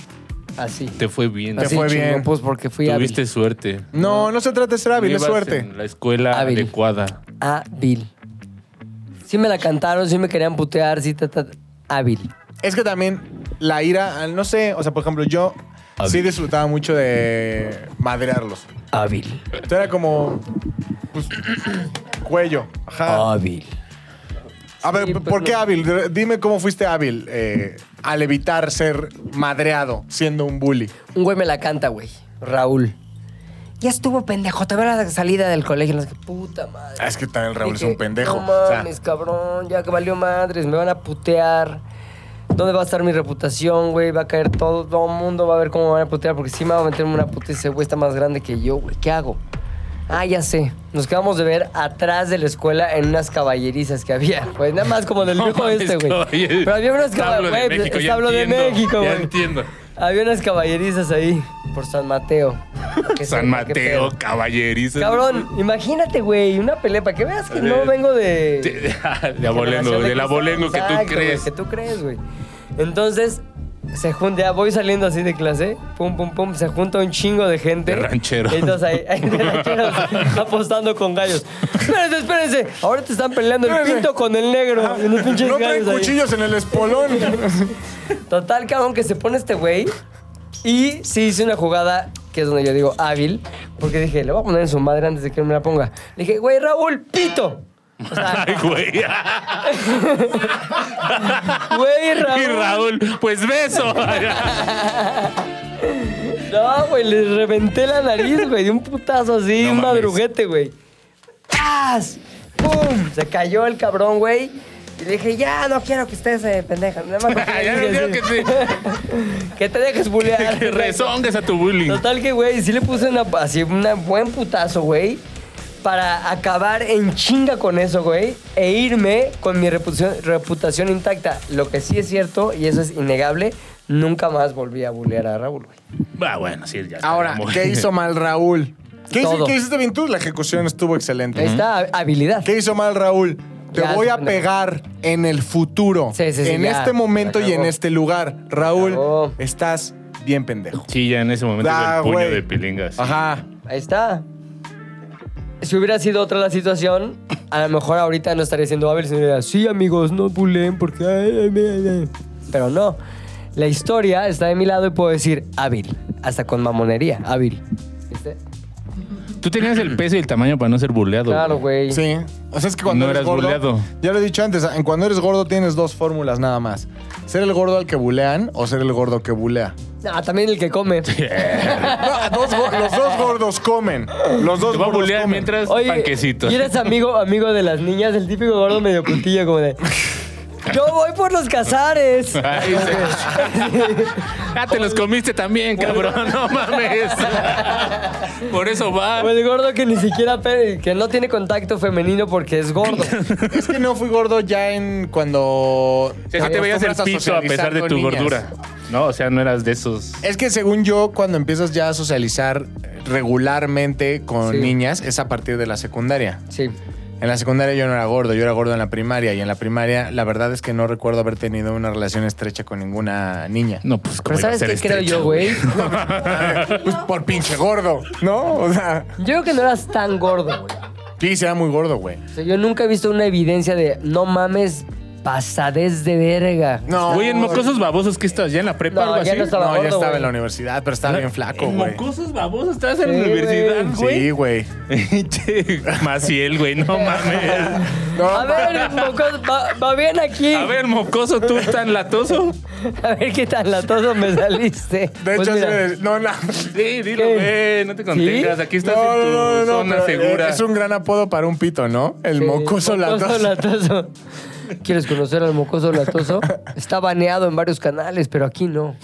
S2: Así.
S3: Te fue bien.
S4: Te
S2: Así,
S4: fue bien.
S2: chingón, Pues porque fui hábil.
S3: Tuviste suerte.
S4: no, no se trata de ser hábil, es
S3: Ibas
S4: suerte.
S3: en la escuela
S2: Hábil.
S3: adecuada.
S2: Hábil. Sí me la cantaron, sí me querían putear, sí, ta, ta, ta. Hábil.
S4: Es que también la ira, ah, no sé, o sea, por ejemplo, yo sí
S3: Hábil.
S4: disfrutaba mucho de madrearlos.
S2: Hábil.
S4: Entonces era como, pues, cuello. Ajá.
S3: Ah,
S2: Hábil.
S4: A ver,
S2: Sí,
S4: ¿por
S2: pues,
S4: qué
S2: no.
S4: hábil? Re- Dime cómo fuiste hábil eh, al evitar ser madreado siendo un bully.
S2: Un güey me la canta, güey. Raúl. Ya estuvo pendejo, te veo a la salida del colegio. No sé qué, puta madre.
S4: Ah, Es que también Raúl es
S2: Dije,
S4: un pendejo.
S2: No
S4: O sea,
S2: mames, cabrón, ya que valió madres, me van a putear. ¿Dónde va a estar mi reputación, güey? Va a caer todo, todo el mundo va a ver cómo me van a putear, porque si me va a meter una puta y ese güey está más grande que yo, güey. ¿Qué hago? Ah, ya sé. Nos quedamos de ver atrás de la escuela en unas caballerizas que había, güey. Nada más como del
S3: No
S2: grupo
S3: mames,
S2: este, güey.
S3: caballero.
S2: Pero había unas
S3: Establo de México,
S2: caballerizas.
S3: ya
S2: Hablo de
S3: entiendo,
S2: México,
S3: ya
S2: güey.
S3: entiendo.
S2: Había unas caballerizas ahí por San Mateo. Que sé, qué
S3: San Mateo,
S2: pedo.
S3: caballerizo.
S2: Cabrón, imagínate, güey, una pelea para que veas que no vengo de.
S3: De, de- de abolengo, del abolengo que tú
S2: Exacto, güey,
S3: crees.
S2: que tú crees, güey. Entonces, se junta, ya voy saliendo así de clase, pum, pum, pum, se junta un chingo de gente.
S3: De rancheros.
S2: Y entonces ahí, ahí de rancheros, apostando con gallos. Espérense, espérense, ahora te están peleando el
S4: Espérense.
S2: pinto con el negro. y unos pinches
S4: no traen
S2: gallos ahí.
S4: cuchillos en el espolón.
S2: Total, cabrón, que se pone este güey. Y sí hice una jugada que es donde yo digo hábil, porque dije, le voy a poner en su madre antes de que me la ponga. Le dije, güey, Raúl, pito. O sea,
S3: Ay, güey.
S2: güey,
S3: Y
S2: Raúl.
S3: Raúl, pues beso.
S2: No, güey, le reventé la nariz, güey, de un putazo así,
S3: No
S2: un
S3: mames.
S2: madruguete, güey. ¡Paz! ¡Pum! Se cayó el cabrón, güey. Y le dije, ya, no quiero que ustedes se pendejan. Nada más porque
S3: Ya no
S2: dije
S3: quiero
S2: así.
S3: que te-
S2: que te dejes bulear.
S3: que rezongues a tu bullying.
S2: Total que, güey, sí le puse una, así un buen putazo, güey. Para acabar en chinga con eso, güey. E irme con mi reputación, reputación intacta. Lo que sí es cierto, y eso es innegable, nunca más volví a bullear a Raúl, güey.
S3: Ah, bueno, sí, ya.
S4: Ahora,
S3: Como-
S4: ¿qué hizo mal Raúl? ¿Qué, hizo-
S2: Todo.
S4: qué hiciste bien tú? La ejecución estuvo
S2: Ahí
S4: excelente.
S2: está, habilidad.
S4: ¿Qué hizo mal Raúl? Te
S2: Ya,
S4: voy
S2: se
S4: a
S2: pendejo.
S4: pegar en el futuro.
S2: Sí, sí, sí,
S4: en
S2: ya,
S4: este momento
S2: la
S4: y en
S2: cagó.
S4: este lugar. Raúl,
S2: cagó.
S4: estás bien pendejo.
S3: Sí, ya en ese momento
S4: Ah,
S3: era el puño
S4: güey.
S3: de pilingas.
S4: Ajá.
S2: Ahí está. Si hubiera sido otra la situación, a lo mejor ahorita no estaría siendo hábil, sino diría, sí, amigos, no bulen porque... ay, ay, ay, ay". Pero no. La historia está de mi lado y puedo decir hábil. Hasta con mamonería, hábil. ¿Viste?
S3: Tú tenías el peso y el tamaño para no ser burleado.
S2: Claro, güey.
S4: Sí. O sea, es que cuando
S3: No
S4: eres
S3: eras
S4: gordo.
S3: buleado.
S4: Ya lo he dicho antes, en cuando eres gordo tienes dos fórmulas nada más. Ser el gordo al que bulean o ser el gordo que bulea.
S2: Ah, también el que come.
S4: No, dos go- los dos gordos comen. Los dos
S3: Te va a
S4: gordos
S3: bullear
S4: comen.
S3: mientras panquecitos.
S2: ¿y eres amigo, amigo de las niñas? El típico gordo medio putillo como de... Yo voy por los cazares.
S3: Ay, sí. Ah, te los comiste también, cabrón. No mames. Por eso va.
S2: O el gordo que ni siquiera pe- que no tiene contacto femenino porque es gordo.
S4: Es que no fui gordo ya en cuando.
S3: Si así te veías el
S4: acostumbras
S3: pito a
S4: socializar
S3: pesar de
S4: con
S3: tu
S4: niñas.
S3: gordura. No, o sea, no eras de esos.
S4: Es que según yo, cuando empiezas ya a socializar regularmente con
S2: Sí.
S4: niñas, es a partir de la secundaria.
S2: Sí.
S4: En la secundaria yo no era gordo, yo era gordo en la primaria. Y en la primaria, la verdad es que no recuerdo haber tenido una relación estrecha con ninguna niña.
S3: No, pues
S2: Pero
S3: como
S2: ¿sabes qué creo yo, güey?
S4: Pues por pinche gordo, ¿no? O sea,
S2: Yo creo que no eras tan gordo, güey.
S4: sí, sí era muy gordo, güey.
S2: O sea, yo nunca he visto una evidencia de no mames, pasadez de verga.
S4: No.
S3: Güey, en mocosos babosos, ¿qué estás? ¿Ya en la prepa o
S2: No,
S3: algo
S2: ya
S3: así?
S2: no estaba
S4: No,
S2: gordo,
S4: ya estaba
S2: güey.
S4: en la universidad, pero estaba bien flaco,
S3: ¿En
S4: güey.
S3: mocosos babosos estabas en la
S2: Sí,
S3: universidad,
S4: Sí,
S3: güey?
S4: güey.
S3: Che, Maciel, güey, no mames.
S2: A ver, mocoso, va, va bien aquí.
S3: A ver, mocoso, tú tan latoso.
S2: A ver qué tan latoso me saliste.
S4: De
S2: Pues
S4: hecho,
S2: mira,
S4: sí, no, no.
S3: Sí, dilo,
S2: ¿Qué?
S3: güey, no te contengas. Aquí estás
S4: No,
S3: en tu
S4: no, no, no,
S3: zona
S4: pero eh,
S3: segura.
S4: Es un gran apodo para un pito, ¿no? El
S2: eh,
S4: mocoso latoso.
S2: latoso. ¿Quieres conocer al mocoso latoso? Está baneado en varios canales, pero aquí no.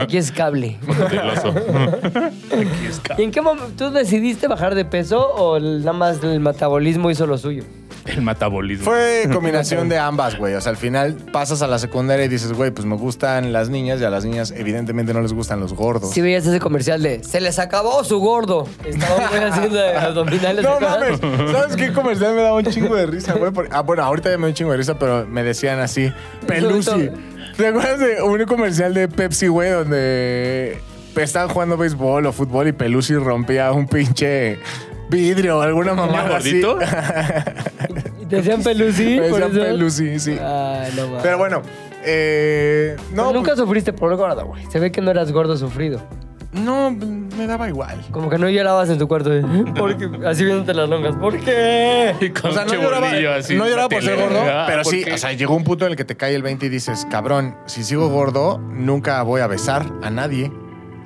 S2: Aquí es cable.
S3: Del oso. Aquí es ca-
S2: ¿Y en qué momento tú decidiste bajar de peso o el- nada más el metabolismo hizo lo suyo?
S3: El metabolismo.
S4: Fue combinación de ambas, güey. O sea, al final pasas a la secundaria y dices, güey, pues me gustan las niñas y a las niñas evidentemente no les gustan los gordos.
S2: Si veías ese comercial de se les acabó su gordo. Estaba muy haciendo abdominales.
S4: No
S2: ¿te acuerdas?
S4: mames, ¿sabes qué comercial me daba un chingo de risa, güey? Por- Ah, bueno, ahorita ya me da un chingo de risa, pero me decían así, Pelusi. ¿Te acuerdas de un comercial de Pepsi, güey, donde estaban jugando béisbol o fútbol y Pelusi rompía un pinche vidrio o alguna mamada así?
S3: gordito?
S2: Y te decían Pelusi.
S4: Me
S2: por
S4: decían
S2: eso?
S4: Pelusi, sí.
S2: Ay, no mames.
S4: Pero bueno, eh, no,
S2: Pero nunca
S4: pues,
S2: sufriste por gordo, güey. Se ve que no eras gordo sufrido.
S4: no, me daba igual.
S2: Como que no llorabas en tu cuarto. ¿eh? ¿Por qué? Así viéndote las longas. ¿Por qué?
S3: Y con
S4: O sea, no
S3: un
S4: lloraba,
S3: chebolillo así.
S4: no lloraba por ser
S3: telera.
S4: gordo,
S3: Ah,
S4: pero
S3: ¿por
S4: sí,
S3: qué?
S4: o sea, llegó un punto en el que te cae el 20 y dices, cabrón, si sigo gordo, nunca voy a besar a nadie.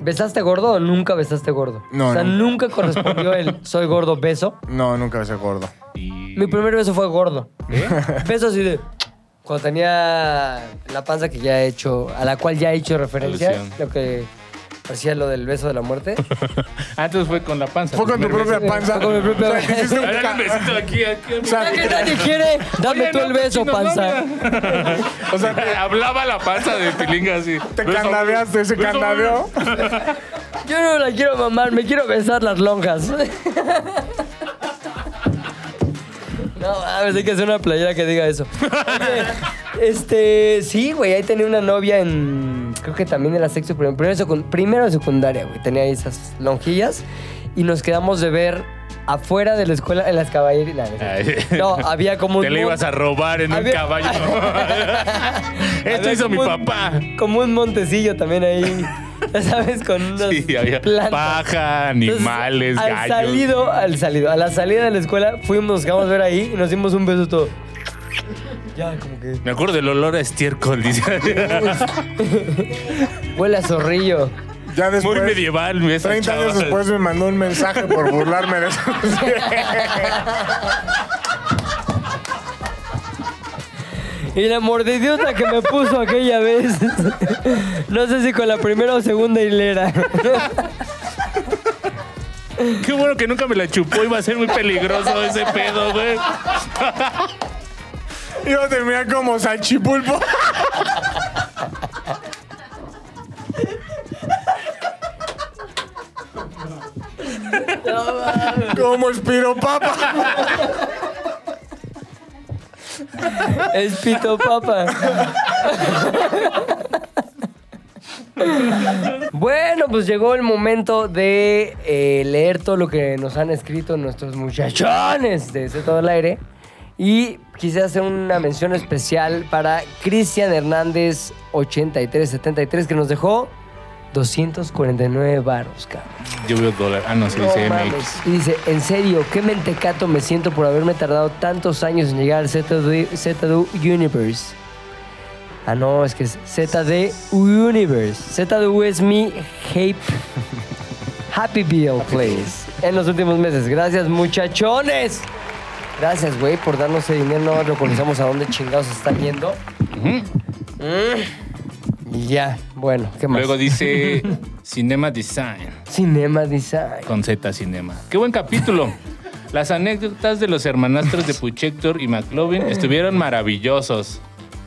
S2: ¿Besaste gordo o nunca besaste gordo?
S4: No,
S2: O sea,
S4: no.
S2: nunca correspondió el soy gordo beso.
S4: No, nunca besé gordo.
S3: Y-
S2: Mi primer beso fue gordo.
S3: ¿Qué?
S2: Beso así de. Cuando tenía la panza que ya he hecho, a la cual ya he hecho referencia,
S3: Alusión.
S2: lo que parecía lo del beso de la muerte.
S3: Ah, entonces fue con la panza.
S4: Fue con tu
S3: Primer
S4: propia
S3: beso.
S4: panza.
S2: Fue con mi propia
S4: O sea, te
S2: panza. Pues,
S4: hiciste un
S3: A ver,
S4: ca-
S3: un besito aquí, aquí.
S4: O sea,
S2: Ya que nadie quiere, dame
S3: Oye,
S2: tú
S3: no,
S2: el beso,
S3: cochino,
S2: panza.
S4: o sea, te-
S3: Hablaba la panza de Pilinga así.
S4: te
S3: Beso-
S4: candadeaste, se
S3: beso-
S4: candadeó.
S2: Yo no la quiero mamar, me quiero besar las lonjas. No, mames, hay que hacer una playera que diga eso. Oye, este, sí, güey, ahí tenía una novia en. Creo que también era sexo, pero primero, secun- primero de secundaria, güey. Tenía ahí esas lonjillas y nos quedamos de ver afuera de la escuela en las caballerías.
S3: Ay.
S2: No, había como un.
S3: Te lo ibas a robar en un
S2: Había-
S3: caballo. Esto
S2: Había
S3: hizo mi
S2: como un-
S3: papá.
S2: Como un montecillo también ahí. Ya sabes, con unas
S3: Sí, había
S2: plantas.
S3: paja,
S2: Entonces,
S3: animales,
S2: al
S3: gallos.
S2: Salido, al salido, a la salida de la escuela, fuimos, nos quedamos a ver ahí y nos dimos un beso todo. Ya, como que.
S3: Me acuerdo del olor a estiércol, dice.
S2: Huele a zorrillo.
S4: Ya después,
S3: Muy medieval, me
S4: 30 años después me mandó un mensaje por burlarme de eso.
S2: Y la mordidiota que me puso aquella vez. No sé si con la primera o segunda hilera.
S3: Qué bueno que nunca me la chupó, iba a ser muy peligroso ese pedo, güey.
S4: Iba a terminar como salchipulpo. como espiropapa.
S2: Es pito papa. Bueno, pues llegó el momento de eh, leer todo lo que nos han escrito nuestros muchachones de todo el aire. Y quise hacer una mención especial para Cristian Hernández 8373 que nos dejó 249 varos, cabrón.
S3: Yo veo dólar. Ah, no, sí,
S2: No
S3: dice
S2: mames.
S3: MX.
S2: Y dice, en serio, qué mentecato me siento por haberme tardado tantos años en llegar al ZD, ZDU Universe. Ah, no, es que es ZD Universe. ZDU es mi Happy, happy Bill, please. En los últimos meses. Gracias, muchachones. Gracias, güey, por darnos ese dinero. No localizamos a dónde chingados están yendo. Mm. Y Ya, bueno, ¿qué más?
S3: Luego dice Cinema Design.
S2: Cinema Design.
S3: con Z Cinema. Qué buen capítulo. Las anécdotas de los hermanastros de Puchector y McLovin estuvieron maravillosos.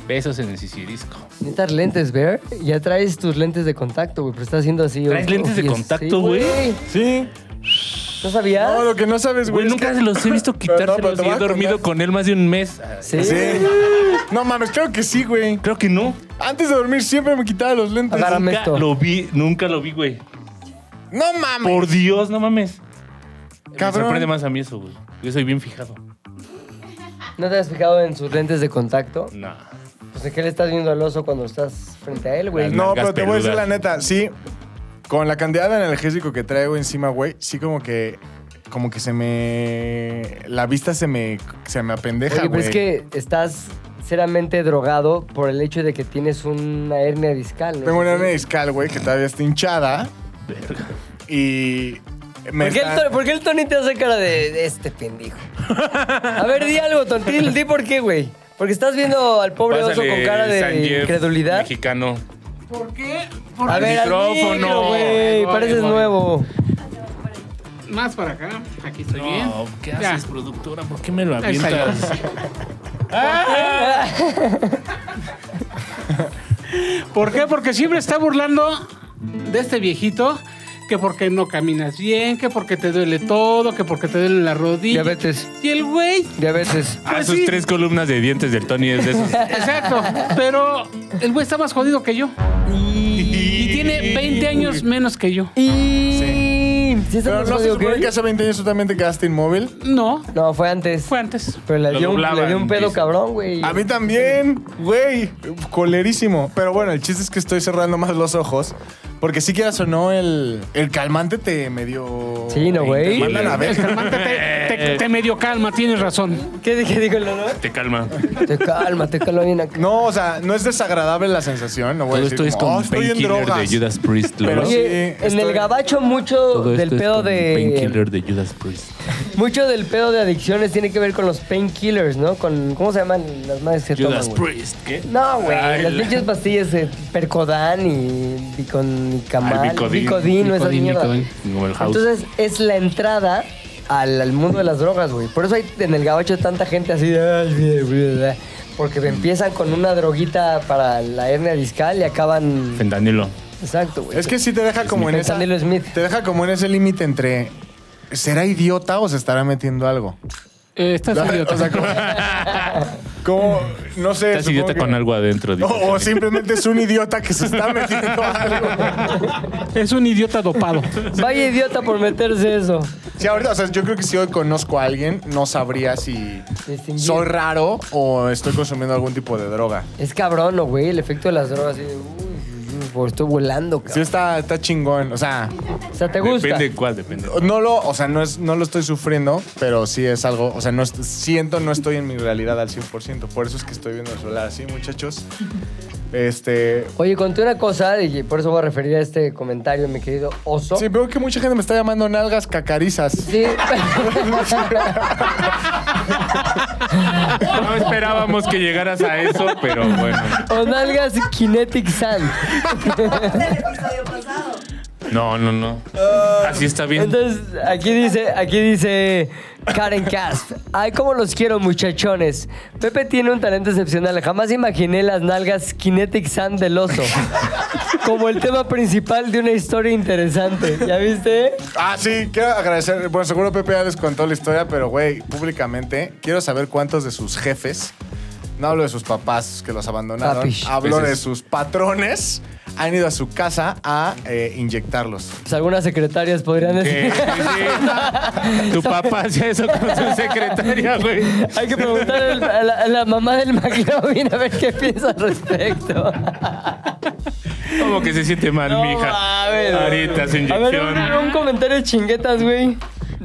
S3: Besos en el sisirisco.
S2: Necesitas lentes, Bear. Ya traes tus lentes de contacto, güey, pero estás haciendo así.
S3: ¿Traes
S2: güey,
S3: lentes de
S2: ojies.
S3: contacto,
S2: Sí,
S3: güey?
S4: Sí.
S2: ¿No sabías?
S4: No, lo que no sabes,
S3: Güey,
S4: güey. es
S3: nunca
S4: que-
S3: los he visto
S4: Pero no, pero
S3: quitárselos
S4: te
S3: y
S4: voy
S3: he
S4: a
S3: dormido
S4: contar.
S3: con él más de un mes. Ah,
S2: ¿Sí?
S4: Sí. No mames, claro que sí, güey.
S3: Creo que no.
S4: Antes de dormir siempre me quitaba los lentes.
S2: Agárrame.
S3: Nunca
S2: esto.
S3: Pues lo vi, nunca lo vi, güey.
S4: No mames.
S3: Por Dios, no mames. Me
S4: Cabrón.
S3: sorprende más a mí eso, güey. Yo soy bien fijado.
S2: ¿No te has fijado en sus lentes de contacto?
S3: No.
S2: Pues de qué le estás viendo al oso cuando estás frente a él, güey.
S3: Las
S4: No,
S3: nalgas
S4: pero te voy a decir la
S3: peludas.
S4: neta, sí. Con la cantidad de analgésico que traigo encima, güey, sí como que como que se me la vista se me se me apendeja,
S2: Oye, pero
S4: güey.
S2: es que estás seriamente drogado por el hecho de que tienes una hernia discal. ¿no?
S4: tengo una hernia discal, güey, que todavía está hinchada
S3: Verga.
S4: y me
S2: ¿Por qué, el
S4: está-
S2: Tony, por qué el Tony te hace cara de, de este pendejo? A ver, di algo, Tony. Di, di por qué, güey. Porque estás viendo al pobre oso
S3: Pásale,
S2: con cara de
S3: Sanjeev,
S2: incredulidad.
S3: Mexicano.
S4: ¿Por qué?
S2: A
S3: el
S2: ver, al
S3: micrófono.
S2: micro, güey.
S7: Ahí voy,
S2: Pareces
S7: ahí voy.
S2: nuevo.
S7: Más para acá. Aquí estoy bien.
S3: No, ¿qué
S7: Ya.
S3: haces, productora? ¿Por qué me lo
S7: Ahí está.
S3: avientas?
S7: ¿Por qué? Porque siempre está burlando de este viejito. Que porque no caminas bien, que porque te duele todo, que porque te duele la rodilla.
S2: Diabetes.
S7: Y el güey,
S2: Diabetes.
S3: A
S7: Pues
S3: sus
S7: sí.
S3: tres columnas de dientes del Tony es de esos.
S7: exacto. pero el güey está más jodido que yo. Y tiene 20 años menos que yo.
S2: Y... ¿Sí está
S4: Pero
S2: más
S4: no se
S2: jodido que
S4: supone
S2: él?
S4: que hace 20 años tú también te quedaste inmóvil.
S7: No,
S2: No, fue antes.
S7: fue antes.
S2: Pero le
S3: Lo
S2: dio, un, le dio un
S3: doblaban,
S2: pedo
S3: dice.
S2: cabrón, güey.
S4: A mí también, güey, colerísimo. Pero bueno, el chiste es que estoy cerrando más los ojos. Porque si quieras o no, el, el calmante te medio...
S2: Sí, no, güey.
S4: Te mandan a
S7: El
S4: ver.
S7: calmante te, te- te medio calma, tienes razón.
S2: ¿Qué, qué dijo el honor?
S3: Te calma.
S2: Te calma, te calma bien acá.
S4: No, o sea, no es desagradable la sensación. No voy a
S3: Todo
S4: decir
S3: esto es
S4: como, "Oh,
S3: con
S4: estoy en
S3: painkiller
S4: drogas.
S3: de Judas Priest,
S4: Pero
S3: ¿lo ves?
S4: sí,
S2: Oye, en
S4: estoy-
S2: el gabacho mucho
S3: Todo
S2: del
S3: esto es
S2: pedo
S3: con
S2: de
S3: Painkiller de Judas Priest.
S2: mucho del pedo de adicciones tiene que ver con los painkillers, ¿no? Con cómo se llaman las madres que toman,
S3: Judas
S2: güey?
S3: Priest, ¿qué?
S2: No, güey,
S3: Ay,
S2: las
S3: la-
S2: pinches pastillas de Percodan y Bicon y
S3: Ay,
S2: Camal,
S3: Bicodin.
S2: Bicodin, o esas
S7: Bicodin,
S2: mierdas.
S7: Bicodin.
S3: Como el house.
S2: Entonces es la entrada al, al mundo de las drogas, güey. Por eso hay en el gabacho tanta gente así, "Ay, güey, güey, güey", porque empiezan con una droguita para la hernia discal y acaban
S3: Fentanilo.
S2: Exacto, güey.
S4: Es que sí te deja como en esa...
S2: Fentanilo Smith.
S4: Te deja como en ese límite entre... ¿Será idiota o se estará metiendo algo?
S7: Eh, estás idiota.
S4: O sea, como... como, no sé.
S3: Estás
S4: supongo
S3: idiota
S4: que-
S3: con algo adentro.
S4: No,
S2: Oh,
S3: dice.
S4: o simplemente es un idiota que se está metiendo algo.
S7: Es un idiota dopado.
S2: Vaya idiota por meterse eso.
S4: Sí, ahorita, o sea, yo creo que si hoy conozco a alguien, no sabría si
S2: Distinguir.
S4: soy raro o estoy consumiendo algún tipo de droga.
S2: Es cabrón, ¿no, güey, el efecto de las drogas. Así de, uy, uy, uy, por- estoy volando,
S4: Sí,
S2: cabrón.
S4: está, está chingón. O sea,
S2: O sea, ¿te gusta?
S3: Depende cuál, depende.
S4: no lo, o sea, no, es, no lo estoy sufriendo, pero sí es algo. O sea, no est- siento, no estoy en mi realidad al 100%. Por eso es que estoy viendo el solar así, muchachos. Este.
S2: Oye, conté una cosa y por eso voy a referir a este comentario, mi querido oso.
S4: Sí, veo que mucha gente me está llamando nalgas cacarizas.
S2: Sí.
S3: No esperábamos que llegaras a eso, pero bueno.
S2: o nalgas Kinetic Sand.
S5: del episodio pasado.
S3: No, no, no. Así está bien.
S2: Ah. Entonces, aquí dice, aquí dice Karen Cast. Ay, cómo los quiero, muchachones. Pepe tiene un talento excepcional. Jamás imaginé las nalgas Kinetic Sand del oso. Como el tema principal de una historia interesante. ¿Ya viste?
S4: Ah, sí, quiero agradecer. Bueno, seguro Pepe ya les contó la historia, pero güey, públicamente, quiero saber cuántos de sus jefes, no hablo de sus papás que los abandonaron,
S2: Papis.
S4: hablo
S3: Ese
S4: de
S3: es.
S4: sus patrones, han ido a su casa a eh, inyectarlos.
S2: Pues algunas secretarias podrían
S3: Que-
S2: decir.
S3: Eh, sí. Tu papá hacía eso con su secretaria, güey.
S2: Hay que preguntar al- a la, a la mamá del McLovin a ver qué piensa al respecto.
S3: Como que se siente mal,
S2: No
S3: mija.
S2: mames.
S3: Ahorita su
S2: A ver, un,
S3: inyección.
S2: un comentario de chinguetas, güey.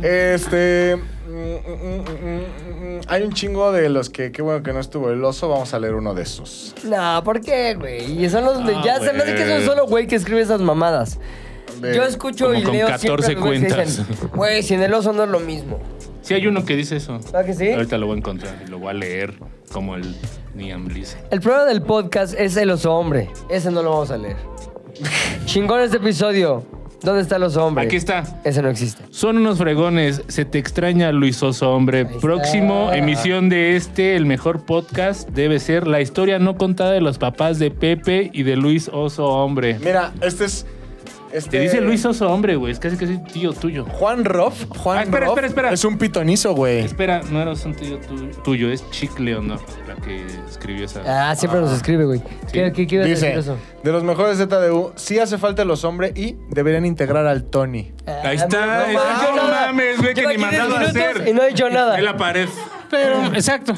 S4: Este. mm, mm, mm, mm, mm, Hay un chingo de los que, qué bueno que no estuvo el oso, vamos a leer uno de esos.
S2: No, ¿por qué, güey? Y Son los de-
S3: Ah,
S2: ya se me hace
S3: güey.
S2: que es un solo güey que escribe esas mamadas.
S4: De-
S2: Yo escucho
S3: como
S2: y
S3: con
S2: leo
S3: 14
S2: siempre a los güeyes que
S3: cuentas.
S2: dicen, Güey, sin el oso no es lo mismo.
S3: Sí, hay uno que dice eso.
S2: ¿Verdad Ah, que sí?
S3: Ahorita lo voy a encontrar y lo voy a leer como el Niam dice.
S2: El problema del podcast es el oso hombre. Ese no lo vamos a leer. Chingón este episodio. ¿Dónde está el oso hombre?
S3: Aquí está.
S2: Ese no existe.
S3: Son unos fregones. Se te extraña, Luis Oso, hombre.
S2: está.
S3: Próximo emisión de este, el mejor podcast debe ser La historia no contada de los papás de Pepe y de Luis Oso, hombre.
S4: Mira, este es. Este,
S3: Te dice Luis Oso, hombre, güey. Es casi que soy tío tuyo.
S4: Juan Roff. Juan
S3: Ah, espera,
S4: Roff
S3: espera, espera.
S4: Es un pitonizo, güey.
S3: Espera, no era un tío tu- tuyo, es Chicle o no, la que escribió esa.
S2: Ah, siempre nos escribe, güey. ¿Qué, qué, qué ibas a
S4: Dice,
S2: decir eso?
S4: de los mejores ZDU, sí hace falta los hombres y deberían integrar al Tony.
S2: Ah, no
S3: Ahí está, está,
S2: mames,
S3: no
S2: nada.
S3: mames, güey, que
S2: Lleva 15
S3: ni mandado a
S2: minutos
S3: hacer.
S2: Y no he dicho nada.
S3: En la pared.
S7: Pero, exacto.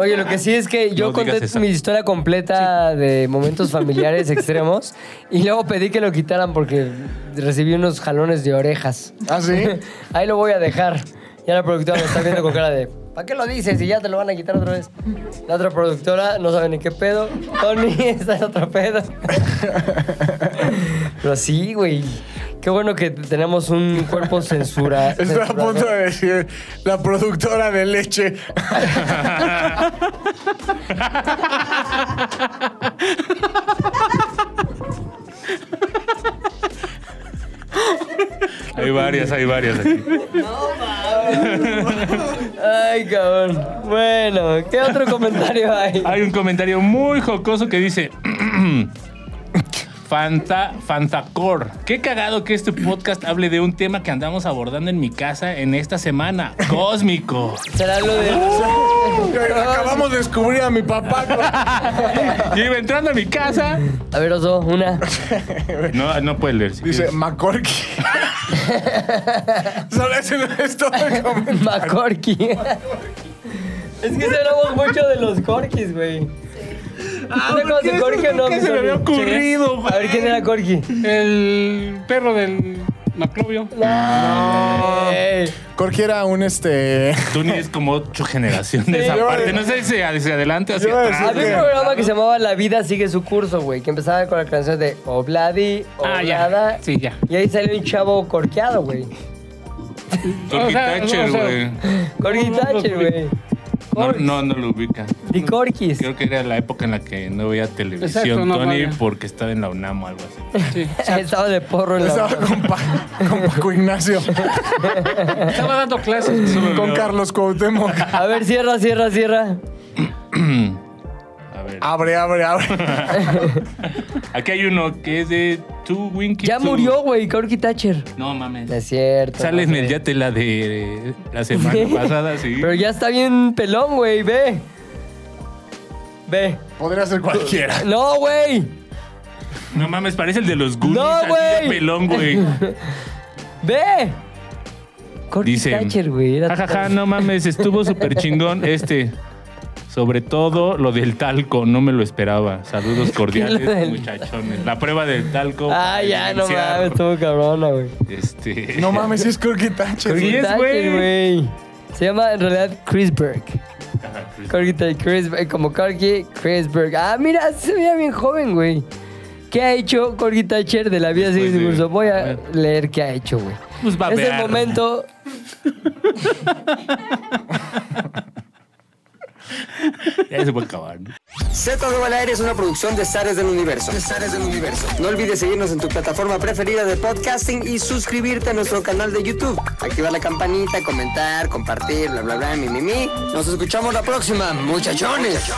S2: Oye, lo que sí es que yo
S3: No
S2: conté
S3: digas eso.
S2: mi historia completa de momentos familiares extremos y luego pedí que lo quitaran porque recibí unos jalones de orejas.
S4: ¿Ah, sí?
S2: Ahí lo voy a dejar. Ya la productora me está viendo con cara de, ¿para qué lo dices? Y ya te lo van a quitar otra vez. La otra productora no sabe ni qué pedo. Tony está en otro pedo. Pero sí, güey. Qué bueno que tenemos un cuerpo censura.
S4: Estoy a
S2: censurado.
S4: punto de decir la productora de leche.
S3: Hay varias, hay varias aquí.
S2: Ay, cabrón. Bueno, ¿qué otro comentario hay?
S3: Hay un comentario muy jocoso que dice. Fanta, Fantacor. Qué cagado que este podcast hable de un tema que andamos abordando en mi casa en esta semana. Cósmico.
S2: ¿Será lo de...
S4: Acabamos de descubrir a mi papá.
S3: Yo iba entrando a mi casa.
S2: A ver, Oso, una.
S3: No, no puedes leer. si
S4: Dice
S3: quieres.
S4: Macorky. Solo ese no es todo el comentario.
S2: Macorki. es que hablamos mucho de los corquis, güey. Ah,
S7: ¿por qué eso nunca se me había
S3: ocurrido,
S2: A ver, ¿quién era corqui?
S7: El perro del Maclovio.
S2: Ey.
S4: Corky era un este.
S3: Tú ni eres como ocho generaciones
S4: yo-
S3: aparte. No sé si hacia adelante o hacia
S4: Yo iba a
S2: Ah,
S3: atrás.
S4: decir
S2: Había un
S4: que-
S2: programa que se llamaba La vida sigue su curso, güey, que empezaba con la canción de Obladi,
S7: Ah, ya.
S2: Oblada.
S7: Sí, ya.
S2: Y ahí salió un chavo corqueado, güey.
S3: Turkey
S7: O sea,
S3: Thatcher,
S7: o sea,
S3: güey.
S2: Corgi
S7: No, no, no,
S2: Thatcher,
S7: güey.
S2: güey.
S3: No, no, no lo ubica.
S2: Y Corquis.
S3: Creo que era la época en la que no veía televisión,
S7: Exacto, no
S3: Tony,
S7: había.
S3: porque estaba en la UNAM o algo así.
S7: Sí.
S2: Estaba de porro en la
S4: Estaba con, Pa- con Paco Ignacio.
S7: Estaba dando clases.
S4: con Carlos Cuauhtémoc.
S2: A ver, cierra, cierra, cierra.
S3: A ver.
S4: Abre, abre, abre.
S3: Aquí hay uno que es de Two Winky.
S2: Ya
S3: Two.
S2: murió, güey, Corgi Thatcher.
S3: No
S2: No es
S3: mames.
S2: cierto.
S3: Sale en
S2: no sé.
S3: el yate la de eh, la semana pasada, sí.
S2: Pero ya está bien pelón, güey, ve. Ve.
S4: Podría ser cualquiera.
S2: No, güey.
S3: No mames, parece el de los Goonies.
S2: No,
S3: así
S2: güey.
S3: de pelón, güey.
S2: Ve. Corgi
S3: Dice,
S2: Thatcher, güey. Era
S3: Jajaja, no mames, estuvo súper chingón este. Sobre todo lo del talco, no me lo esperaba. Saludos
S2: ¿Qué es lo
S3: cordiales,
S2: del-
S3: muchachones. La prueba del talco.
S2: Ah, ya, no
S3: Iniciar.
S2: mames, estuvo cabrona, güey.
S3: Este.
S4: No mames, sí es Corky Thatcher.
S2: Corgi
S3: es,
S2: Thatcher,
S3: güey.
S2: güey. Se llama en realidad Chris Berg.
S3: Ajá, Chris.
S2: Corgi Thatcher, Chris Berg, como Corgi, Chris Berg. Ah, mira, se veía bien joven, güey. ¿Qué ha hecho Corgi Thatcher de la vida sin
S3: Después de-
S2: discurso? Voy
S3: a
S2: a
S3: ver.
S2: leer qué ha hecho, güey.
S3: Pues va a
S2: Es el
S3: ver.
S2: momento
S3: Ya se puede acabar. ¿no?
S1: Z2 al aire es una producción de Zares del Universo. De Zares del Universo. No olvides seguirnos en tu plataforma preferida de podcasting y suscribirte a nuestro canal de YouTube. Activar la campanita, comentar, compartir, bla, bla, bla, mi, mi, mi. Nos escuchamos la próxima, muchachones.